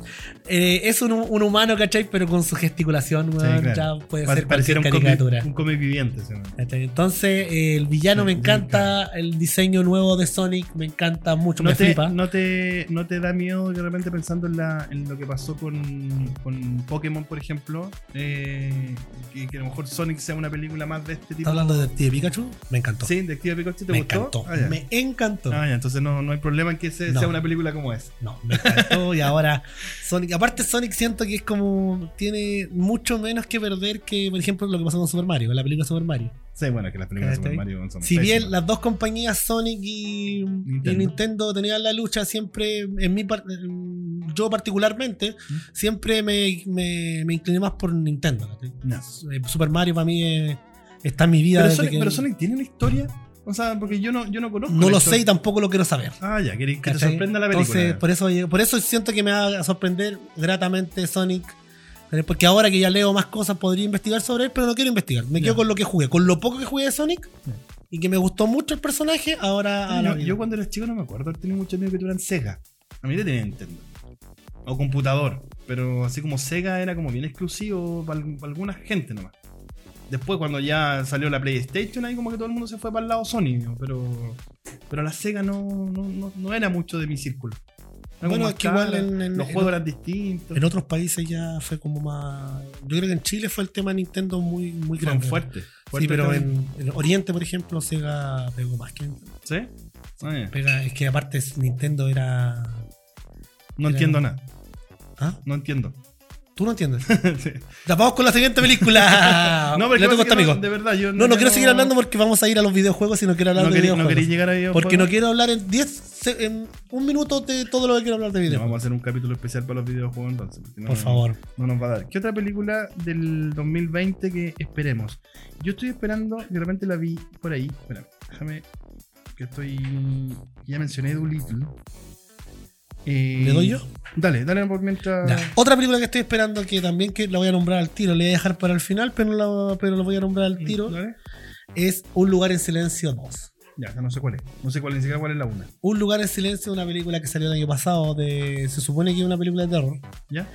eh, es un, un humano, ¿cachai? Pero con su gesticulación, weón,
claro.
ya puede
Pa-
ser
pareciera
cualquier
un
caricatura.
cómic, un cómic viviente. ese, ¿no?
¿Cachai? Entonces, eh, el villano
Sí,
me
Jim
encanta, el diseño nuevo de Sonic me encanta mucho, me
No, te,
flipa.
no, te, no te da miedo de repente pensando en, la, en lo que pasó con, con Pokémon, por ejemplo. eh, que, que a lo mejor Sonic sea una película más de este tipo.
¿Está hablando de Tío Pikachu? Me encantó.
Sí, Detective Pikachu, ¿te
me
gustó?
encantó.
Ah, ya.
Me encantó.
Ah, ya, entonces no, no hay problema en que se-
No.
sea una película como es.
No, me encantó. y ahora Sonic. Aparte, Sonic siento que es como. Tiene mucho menos que perder que, por ejemplo, lo que pasó con Super Mario, con la película Super Mario.
Sí, bueno, que las películas de Super
¿Cachai?
Mario son
Si bien
pésimas.
las dos compañías Sonic y y Nintendo,
Nintendo.
tenían la lucha siempre, en mi par- en- yo particularmente,
¿Mm?
siempre me, me- me incliné más por Nintendo. ¿cachai?
No.
Eh, Super Mario para mí es- está en mi vida.
Pero,
desde
Sonic,
que-
pero Sonic tiene una historia. O sea, porque yo no, yo no conozco.
no
la
lo sé y
historia.
tampoco lo quiero saber.
Ah, ya, que, que te
¿cachai?
sorprenda la película.
Entonces, por eso, por eso siento que me va a sorprender gratamente Sonic. eh, Porque ahora que ya leo más cosas podría investigar sobre él, pero no quiero investigar. Me
Ya.
quedo con lo que jugué, con lo poco que jugué de Sonic
Ya.
y que me gustó mucho el personaje. Ahora, a la
yo,
vida.
yo cuando era chico no me acuerdo, tenía mucho miedo que tuvieran Sega. A mí le tenía Nintendo. O computador. Pero así como Sega era como bien exclusivo para alguna gente nomás. Después cuando ya salió la PlayStation ahí como que todo el mundo se fue para el lado Sony. ¿no? Pero, pero la Sega no, no, no- no era mucho de mi círculo. Era como
Bueno,
más
es que igual
cara,
en- en-
los
en-
juegos eran distintos.
en otros países ya fue como más. Yo creo que en Chile fue el tema Nintendo muy, muy
Fueron
grande.
fuertes.
Sí,
fuertes
pero
también.
en, en Oriente, por ejemplo, Sega pegó más que Nintendo.
¿Sí? Ah, ya.
Pega- es que aparte Nintendo era. era-
No entiendo nada.
¿Ah?
No entiendo.
Tú no entiendes. Ya, vamos con la siguiente película. no, Le toco a este amigo.
De verdad, yo
No, no quiero seguir hablando porque vamos a ir a los videojuegos y no quiero hablar
no
de
quería, no
videojuegos.
quería pues, llegar a videojuegos.
porque no quiero hablar en 10, se- en un minuto de todo lo que quiero hablar de
No,
videojuegos.
Vamos a hacer un capítulo especial para los videojuegos entonces. porque no-
Por favor.
No nos va a dar. ¿Qué otra película del 2020 que esperemos? Yo estoy esperando, de repente la vi por ahí. Espera, déjame. Que estoy. Ya mencioné Doolittle. Eh,
¿Le doy yo?
Dale, dale por mientras.
Ya. Otra película que estoy esperando que también que la voy a nombrar al tiro, le voy a dejar para el final, pero la, pero la voy a nombrar al tiro,
Dale.
es Un lugar en silencio 2.
Ya, ya no sé cuál es. No sé cuál, ni siquiera cuál es la una.
Un lugar en silencio, una película que salió el año pasado, de, se supone que es una película de terror.
¿Ya?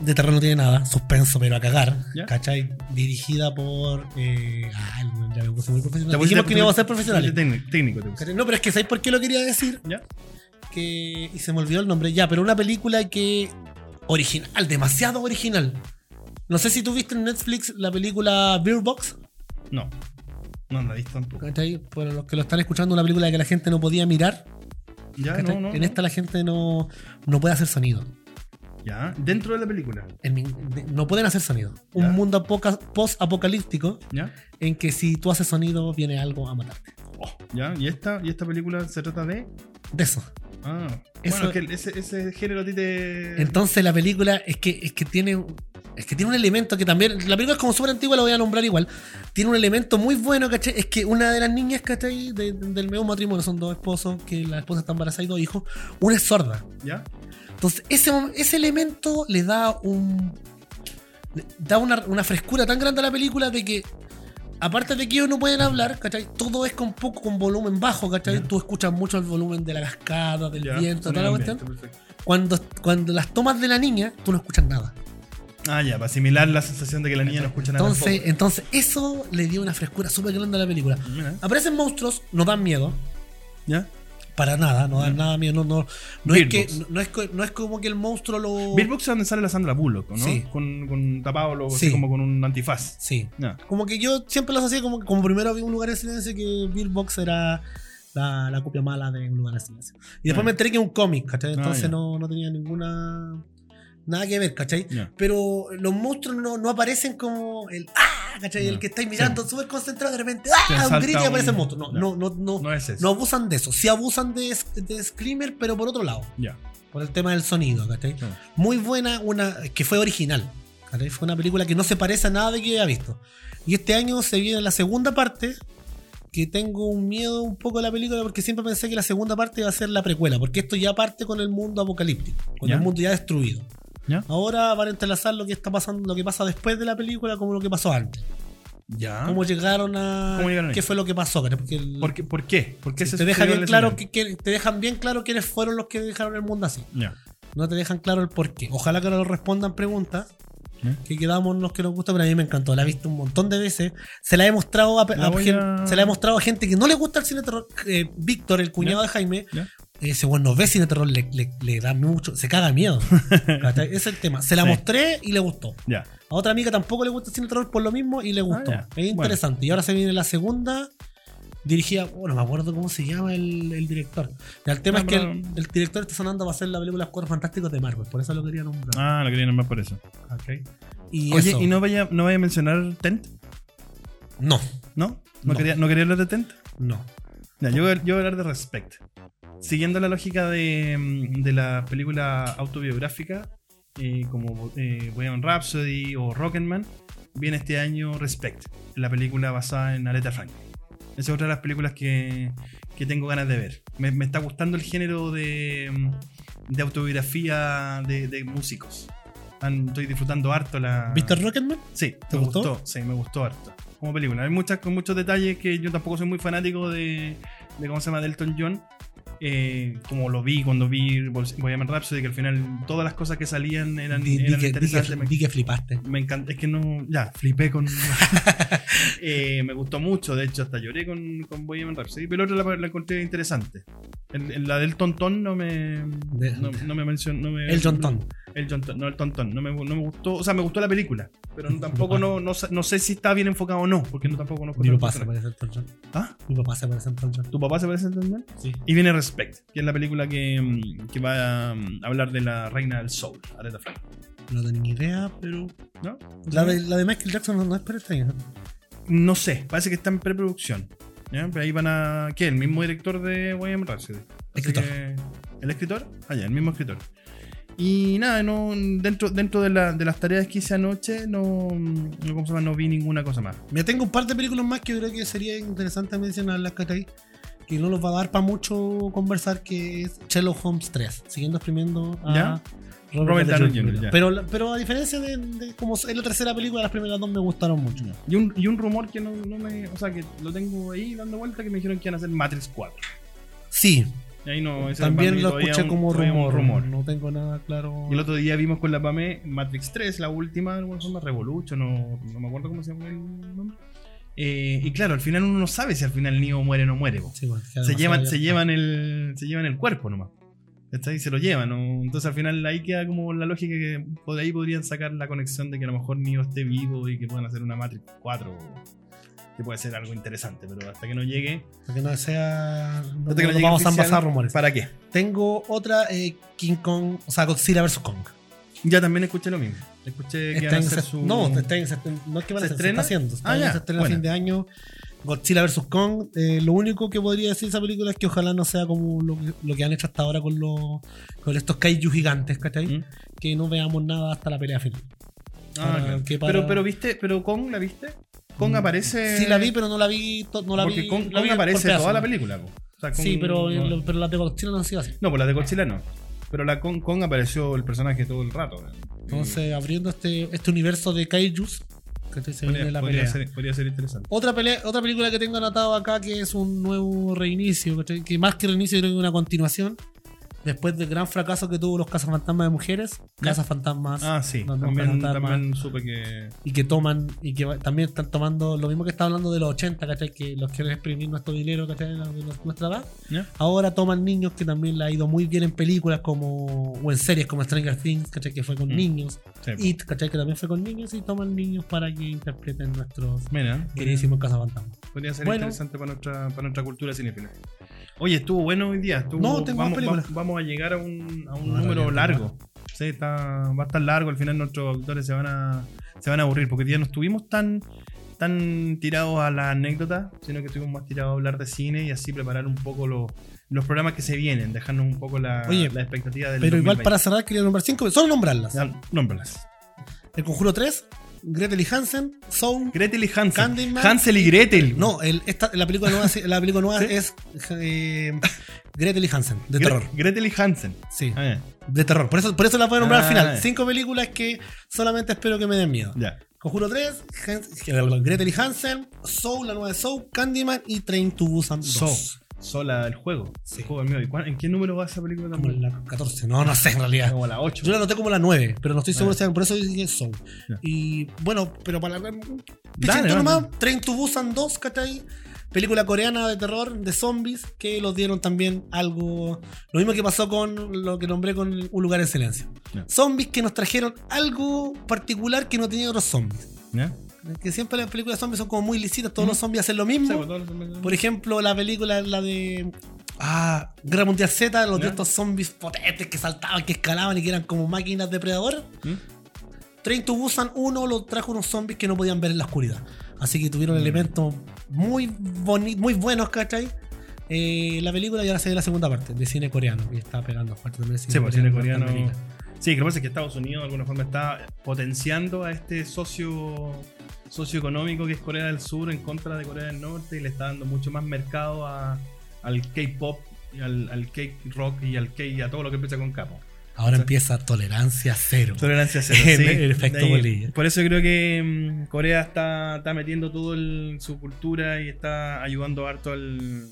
De terror no tiene nada, suspenso, pero a cagar.
¿Ya?
¿Cachai? Dirigida por. Eh, ay, ya me puse muy
Te
profesional.
pusiste-
Dijimos que
te-
no íbamos a ser
te-
profesionales.
técnico- Técnico, te pusiste.
¿Cachai? No, pero es que ¿sabéis por qué lo quería decir?
¿Ya?
Que, y se me olvidó el nombre ya, pero una película que. Original, demasiado original. No sé si tú viste en Netflix la película Beer Box.
No. No, no la he visto tampoco.
¿Cachai? Para los que lo están escuchando, una película que la gente no podía mirar.
Ya,
¿cachai?
no, no.
en
no.
esta la gente no, no puede hacer sonido.
Ya, dentro de la película.
En nin- de- no pueden hacer sonido.
Ya.
Un mundo apoca- post-apocalíptico
Ya.
en que si tú haces sonido, viene algo a matarte.
Ya, y esta, y esta película se trata de.
De eso.
Ah,
Eso-
bueno, es que el- ese, ese género a ti te.
Entonces la película es que, es que tiene. Es que tiene un elemento que también. La película es como súper antigua, la voy a nombrar igual. Tiene un elemento muy bueno, ¿cachai? Es que una de las niñas, ¿cachai? De- del medio matrimonio, son dos esposos, que la esposa está embarazada y dos hijos. Una es sorda.
¿Ya?
Entonces, ese, mom- ese elemento le da un. le da una, una frescura tan grande a la película de que. Aparte de que ellos no pueden hablar, ¿cachai? Todo es con poco con volumen bajo, ¿cachai?
Ya.
Tú escuchas mucho el volumen de la cascada, del
ya,
viento, toda
sonido
la
ambiente,
cuestión.
perfecto.
Cuando, cuando las tomas de la niña, tú no escuchas nada.
Ah, ya, para asimilar la sensación de que la niña no escucha nada.
Entonces, entonces eso le dio una frescura súper grande a la película.
tampoco. Mira,
Aparecen monstruos, no dan miedo. eh,
¿Ya?
Para nada, no dan nada miedo. No, no, no, es
Bird
que,
Mm. Box.
no, no es, co- no es como que el monstruo lo.
Beatbox es donde sale la Sandra Bullock, ¿no?
oh. Sí.
Con, con tapado, lo,
Sí.
así como con un antifaz.
Sí,
Ya.
Como que yo siempre los hacía como que como primero había un lugar en silencio que Beatbox era la, la copia mala de un lugar en silencio. Y después
Ah.
me enteré que es un cómic, ¿cachai?
Ah,
Entonces
ya.
no, no tenía ninguna. Nada que ver, ¿cachai?
Ya.
Pero los monstruos no, no aparecen como el ¡ah! ¿cachai?
Ya.
El que estáis mirando súper concentrado de repente ¡ah!
salta
Un grito y aparece el
un-
monstruo. No,
Ya.
no, no, no,
No es eso.
no abusan de eso. Sí abusan de, es- de Screamer, pero por otro lado.
Ya.
Por el tema del sonido, ¿cachai?
Ya.
Muy buena, una que fue original. ¿cachai? Fue una película que no se parece a nada de que había visto. Y este año se viene la segunda parte, que tengo un miedo un poco de la película, porque siempre pensé que la segunda parte iba a ser la precuela, porque esto ya parte con el mundo apocalíptico, con
Ya.
el mundo ya destruido.
Ya.
Ahora van a entrelazar lo que está pasando, lo que pasa después de la película, como lo que pasó antes.
Ya.
Cómo llegaron a.
Ah. ¿Cómo llegaron ahí?
¿Qué fue lo que pasó? ¿cachai? Porque el-
¿Por qué? ¿Por qué? ¿Por qué se
te, deja
sucedió
bien
el
claro
escenario?
que, que- te dejan bien claro quiénes fueron los que dejaron el mundo así
Ya.
no te dejan claro el por qué. Ojalá que nos respondan preguntas.
¿Eh?
Que quedamos los que nos gusta, pero a mí me encantó. La he visto un montón de veces. Se la he mostrado a, a
La voy
gen-
a-
se la he mostrado a gente que no le gusta el cine de terror. Eh, Víctor, el cuñado de Jaime, eh,
¿Ya?
ese bueno no ve cine de terror, le, le- le da mucho, se caga de miedo. ¿Cachai? Ese es el tema. Se la
Sí.
mostré y le gustó.
Ya.
A otra amiga tampoco le gusta el cine de terror por lo mismo y le gustó.
Ah, ya.
es interesante. Y ahora se viene la segunda. Dirigida, bueno, me acuerdo cómo se llama el, el director. Ya, el tema
Ah,
es que
pero-
el, el director está sonando va a ser la película Los Cuatro Fantásticos de Marvel, por eso lo quería nombrar.
Ah, lo quería nombrar por eso.
Y
Oye,
eso,
¿y no vaya, no vaya a mencionar Tent?
no,
¿No? ¿No,
No.
Quería, ¿No quería hablar de Tent?
no.
Ya, yo, voy a- yo voy a hablar de Respect. Siguiendo la lógica de, mm, de la película autobiográfica, eh, como eh, Bohemian Rhapsody o Rocketman, viene este año Respect, la película basada en Aretha Franklin. Esa es otra de las películas que, que tengo ganas de ver. Me, me está gustando el género de, mm, de autobiografía de, de músicos. Han- Estoy disfrutando harto la...
¿Viste Rocketman?
Sí,
¿Te
me
gustó?
gustó? Sí, me gustó harto. Como película. Hay muchas, con muchos detalles que yo tampoco soy muy fanático de, de cómo se llama Delton John. Eh, como lo vi cuando vi Bols- Bohemian Rhapsody, que al final todas las cosas que salían eran,
Di, di
eran
que, di,
interesantes.
que,
Me-
di que flipaste.
me encanta, es que no, ya, flipé con... Eh, me gustó mucho, de hecho, hasta lloré con, con Bohemian Rhapsody, pero la otra la, la encontré interesante. El- el- la del tontón no me...
De-
no, no me mencionó... No me,
El John Tom.
el John Ton- no el Tontón. No me, no me gustó. O sea, me gustó la película. Pero no- tampoco no, no, sa- no sé si está bien enfocado o no. Porque no tampoco conozco.
Mi
tanto
papá se
el personaje.
parece a Elton John.
¿Ah?
Mi papá se parece a Elton John.
¿Tu papá se parece a Tontón?
Sí.
Y viene Respect, que es la película que, mm, que va a mm, hablar de la reina del soul, Aretha Franklin.
No tenía ni idea, pero.
¿no?
La de, la de Michael Jackson no, no es para este año.
No sé, parece que está en preproducción. ¿ya? Pero ahí van a. ¿Qué? El mismo director de William Rhapsody. Así
Escritor.
que- ¿El escritor? Ah, ya, el mismo escritor. Y nada, no, dentro, dentro de, la- de las tareas que hice anoche, no, no, ¿cómo se llama? no vi ninguna cosa más.
Me tengo un par de películas más que yo creo que sería interesante mencionarlas, ¿cachai? Que no los va a dar para mucho conversar, que es Sherlock Holmes 3, siguiendo exprimiendo a
¿Ya? Robert Downey Jr., ya.
Pero, la- pero a diferencia de, de como es la tercera película, las primeras dos me gustaron mucho.
Y un, y un rumor que no, no me. O sea, que lo tengo ahí dando vuelta que me dijeron que iban a hacer Matrix 4.
Sí,
Y ahí no. ese para
también
mí
lo
todavía
escuché
un-
como
todavía un
rumor, No tengo nada claro.
Y el otro día vimos con la PAME Matrix 3, la última, de alguna forma, Revolution, no, no me acuerdo cómo se llama el nombre. Eh, y claro, al final uno no sabe si al final Neo muere o no muere. po.
Sí, bueno, queda
Se,
demasiado
llevan,
abierto.
se, llevan el, se llevan el cuerpo nomás. ¿Cachai? Y se lo llevan. ¿no? Entonces al final ahí queda como la lógica que por ahí podrían sacar la conexión de que a lo mejor Neo esté vivo y que puedan hacer una Matrix 4. o- Que puede ser algo interesante, pero hasta que no llegue.
Hasta que no sea. no-
hasta que
no
llegue
vamos a
oficial,
pasar rumores.
¿Para qué?
Tengo otra eh, King Kong, o sea, Godzilla vs. Kong.
Ya también escuché lo mismo. Escuché que
Está
van a
en
hacer
se-
su.
No, está en se- no es que van a
¿Se
hacer, se está
estrena?
haciendo. Está
Ah,
bien,
ya,
se estrena a
buena.
fin de año. Godzilla vs. Kong. Eh, lo único que podría decir esa película es que ojalá no sea como lo, que- lo que han hecho hasta ahora con, los con estos kaiju gigantes, ¿cachai?
¿Mm?
Que no veamos nada hasta la pelea final.
Ah,
Para-
claro.
que para-
pero, pero viste, pero Kong la viste? Kong
Mm,
aparece.
Sí la vi, pero no la vi. to- No la
Eh, porque
vi
Kong,
la
Kong
vi por
aparece
pedazos.
toda la película. po. O sea, Kong-
Sí, pero, eh,
No,
lo- pero la de Godzilla no ha sido así.
no, pues la de Godzilla no. Pero la Kong, Kong apareció el personaje todo el rato. ¿no?
Entonces, abriendo este, este universo de kaijus, ¿cachai? Se viene
podría,
la
podría
pelea.
ser, podría ser interesante.
Otra, pelea, otra película que tengo anotado acá que es un nuevo reinicio, ¿cachai? que más que reinicio creo que es una continuación. Después del gran fracaso que tuvo los cazafantasmas de mujeres,
Ya.
cazafantasmas
Ah, sí.
No, no,
también,
para notar
también supe que.
y que toman y que va- también están tomando lo mismo que está hablando de los 80, ¿cachai? que los quieren exprimir nuestro dinero ¿cachai? La- de nos- nuestra edad.
¿Ya?
Ahora toman niños que también le ha ido muy bien en películas como o en series como Stranger Things, ¿cachai? que fue con
Mm.
niños.
Sí, po.
It, ¿cachai? que también fue con niños y toman niños para que interpreten nuestros
Mira,
queridísimos cazafantasmas.
podría ser
Bueno.
interesante para nuestra, para nuestra cultura cinefila. Oye, estuvo bueno hoy día. estuvo-
No, tengo más
vamos,
películas.
va- vamos a llegar a un, a un
No,
número
realmente
largo. Sí, está, va a estar largo. Al final nuestros autores se van a, se van a aburrir porque hoy día no estuvimos tan, tan tirados a la anécdota, sino que estuvimos más tirados a hablar de cine y así preparar un poco los, los programas que se vienen, dejarnos un poco la,
Oye,
la expectativa del
Pero igual
2020.
para cerrar quería nombrar cinco, solo nombrarlas.
Ya, nómbralas.
El Conjuro 3, Gretel y Hansen, Soul.
Gretel y Hansel.
Candyman.
Hansel y Gretel.
No, el- esta- la película nueva, se- la película nueva
¿Sí?
es eh, Gretel y Hansen, de
Gre-
terror.
Gretel y Hansen.
Sí,
Ah, ya.
de terror. Por eso, por eso la voy a nombrar
Ah,
al final.
ya.
Cinco películas que solamente espero que me den miedo.
ya.
Conjuro 3, Hans- Gretel y Hansen, Soul, la nueva de Soul, Candyman y Train to Busan 2.
Soul. Sola el juego.
Sí.
El juego del miedo. ¿Y cuál- ¿En qué número va esa película
Como
también?
la 14, no, no sé en realidad.
Como la 8.
Yo la anoté como la 9, pero no estoy seguro
Ah.
si eran- por eso dije Soul.
Ya.
Y bueno, pero para la
Dale,
Dale, nomás,
dale.
Train to Busan 2, ¿cachai? Película coreana de terror, de zombies, que los dieron también algo. Lo mismo que pasó con lo que nombré con Un lugar en silencio.
Ya.
Zombies que nos trajeron algo particular que no tenían otros zombies.
¿Ya?
Que siempre las películas de zombies son como muy lisitas, todos
Ujú.
los zombies hacen lo mismo.
pues,
Por ejemplo, la película, la de. Ah, Guerra Mundial Z, los de
¿Ya?
estos zombies potentes que saltaban, que escalaban y que eran como máquinas depredadoras.
¿Mm?
Train to Busan 1 lo trajo unos zombies que no podían ver en la oscuridad. Así que tuvieron
Mm.
elementos muy, boni- muy buenos, ¿cachai? Eh, la película y ahora se ve la segunda parte de cine coreano, que está pegando fuerte también. el
Sí, pues, cine coreano.
norteamericano.
Sí, lo que pasa es que Estados Unidos de alguna forma está potenciando a este socio socioeconómico que es Corea del Sur en contra de Corea del Norte y le está dando mucho más mercado a- al K-pop, y al, al K-rock y al K y a todo lo que empieza con capo.
Ahora empieza Tolerancia Cero.
Tolerancia cero. sí.
El efecto
De ahí-
bolilla.
Por eso creo que mm, Corea está, está metiendo todo en su cultura y está ayudando harto al.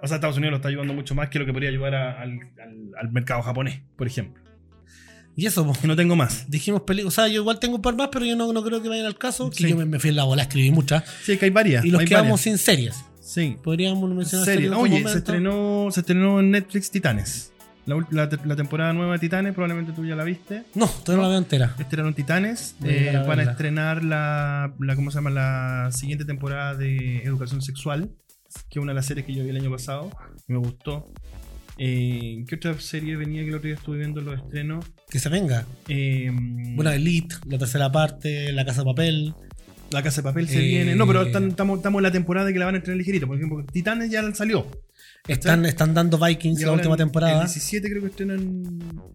O sea, Estados Unidos lo está ayudando mucho más que lo que podría ayudar a- al, al- al mercado japonés, por ejemplo.
Y eso, pues.
Y no tengo más.
Dijimos películas, o sea, yo igual tengo un par más, pero yo no, no creo que vayan al caso. Que
Sí.
yo me, me fui en la bola, escribí muchas.
Sí, es que hay varias.
Y los
hay
quedamos
varias.
sin series.
Sí.
Podríamos mencionar
Series.
en otro
Oye,
momento.
se estrenó, se estrenó en Netflix Titanes. La, ul- la te- la temporada nueva de Titanes, probablemente tú ya la viste.
No, todavía no la veo entera.
Estrenaron Titanes.
Voy a llegar
eh,
a
van a
verla.
estrenar la, la- ¿cómo se llama? La siguiente temporada de Educación Sexual, que es una de las series que yo vi el año pasado. Me gustó. Eh, ¿Qué otra serie venía que el otro día estuve viendo los estrenos?
Que se venga.
Eh,
Bueno, Elite, la tercera parte, La Casa de Papel.
La Casa de Papel se
Eh,
viene. No, pero están- estamos estamos en la temporada que la van a estrenar ligerito. Por ejemplo, Titanes ya salió.
Están, están dando Vikings
Y
la
ahora
última
el- El
temporada.
17 creo que estrenan,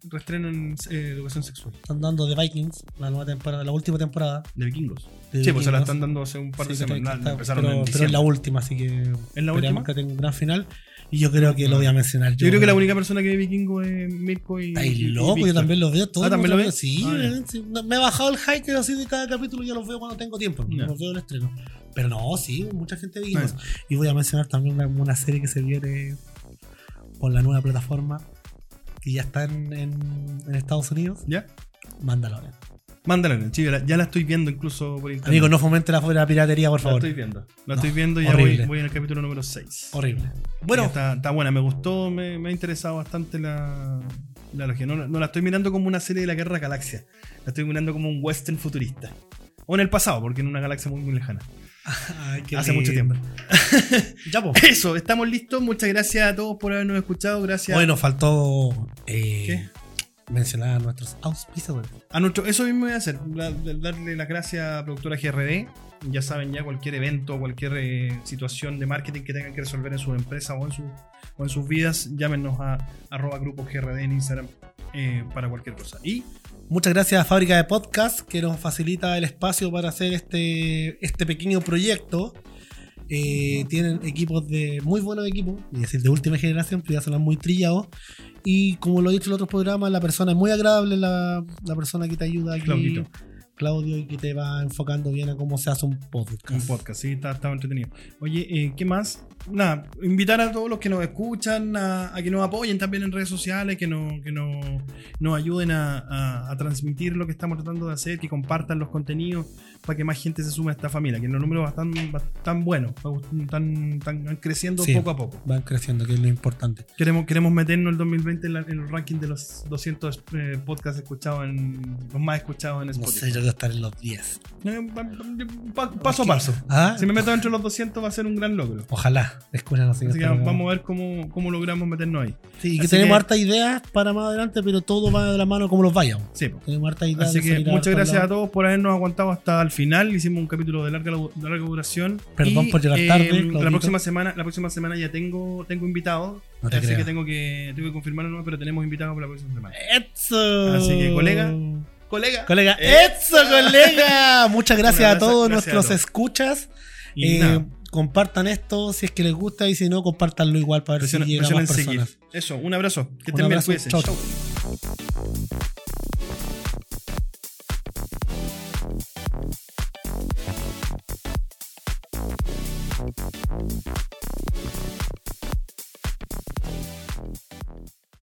reestrenan eh, Educación Sexual.
Están dando The Vikings la nueva temporada, la última temporada.
De Vikingos.
de
Sí, pues se la
Vikingos.
están dando hace un par de
Sí, que
semanas.
está-
Empezaron
pero,
en
pero es la
diciembre.
última, así que
¿Es la
esperemos
última? Mm.
que tenga un gran final. Y yo creo que lo voy a mencionar yo.
Yo creo que la única persona que ve Vikingo es Mirko y.
Estáis
y- y
loco, yo
Víctor.
también los veo todos.
Ah, ¿también
los
lo
veo.
ves?
Sí,
Ah, ya.
eh, sí. No, me he bajado el hype así de cada capítulo, yo los veo cuando tengo tiempo.
Ya.
Los veo en el estreno. Pero no, sí, mucha gente de
Ah,
Vikingos. Y voy a mencionar también una, una serie que se viene por la nueva plataforma que ya está en, en- en Estados Unidos.
¿Ya?
Mandalorian.
Mándala, sí, ya la- ya la estoy viendo incluso por internet.
Amigo, no fomente la, la piratería, por
La
favor.
Ah, estoy viendo. La
No,
estoy viendo y ya
horrible.
voy, voy en el capítulo número 6.
Horrible. Bueno,
Está, está buena, me gustó, me, me ha interesado bastante la, la lógica. No, la- no la estoy mirando como una serie de la Guerra Galaxia. La estoy mirando como un western futurista. O en el pasado, porque en una galaxia muy, muy lejana.
Ay, qué
Hace mucho
lindo.
tiempo.
Ya, po.
Eso, estamos listos. Muchas gracias a todos por habernos escuchado. Gracias
Hoy nos faltó eh, mencionar a nuestros auspiciadores.
a nuestro. Eso mismo voy a hacer. la- la- darle las gracias a productora GRD. Ya saben, ya cualquier evento, cualquier eh, situación de marketing que tengan que resolver en sus empresas o en, sus- o en sus vidas, llámenos a arroba grupo GRD en Instagram eh, para cualquier cosa. Y
Muchas gracias a Fábrica de Podcast que nos facilita el espacio para hacer este, este pequeño proyecto. Eh, tienen equipos de muy buenos equipos, es decir, de última generación, pero ya son muy trillados. Y como lo he dicho en otros programas, la persona es muy agradable, la, la persona que te ayuda aquí,
Claudito.
Claudio, y que te va enfocando bien a cómo se hace un podcast.
Un podcast, sí, está- estaba entretenido. Oye, eh, ¿qué más? Nada, invitar a todos los que nos escuchan a, a que nos apoyen también en redes sociales, que, no, que no, nos ayuden a, a- a transmitir lo que estamos tratando de hacer, que compartan los contenidos para que más gente se sume a esta familia, que los números están, tan buenos, están, están creciendo
Sí.
poco a poco.
Van creciendo, que es lo importante.
Queremos, queremos meternos el 2020 en, la- en el ranking de los 200 eh, podcasts escuchados, en, los más escuchados en
No
Spotify.
sé, yo quiero estar en los 10.
Eh, pa- pa- pa- paso a paso.
Ah,
Si me meto entre los 200 va a ser un gran logro.
Ojalá, escúchanos.
Así que vamos a ver cómo, cómo logramos meternos ahí.
Sí, que
Así
tenemos
que-
hartas ideas para más adelante, pero todo va de la mano como los vayamos.
Sí, po.
Tenemos hartas ideas.
Así
de
que
salir a
muchas
hartos
gracias a
lados.
todos por habernos aguantado hasta el final. Hicimos un capítulo de larga, de larga duración.
Perdón
Y,
por llegar
eh,
tarde, Claudito.
la próxima semana, la próxima semana ya tengo, tengo invitados.
No te
así
creas.
que tengo que tengo que confirmarlo nomás, pero tenemos invitados para la próxima semana.
¡Eso!
Así que, colega, Colega.
Colega, eh.
¡Eso!
¡Eso, colega! Muchas gracias
abrazo,
a todos
gracias a
nuestros
todos.
escuchas.
Y
Eh,
nada,
compartan esto si es que les gusta y si no, compartanlo igual para ver
presiona-
si llega a
presionen
más
seguir.
personas.
Eso, un abrazo. Que
Un
estén bien,
abrazo,
cuídense.
chao,
Chao.
chao.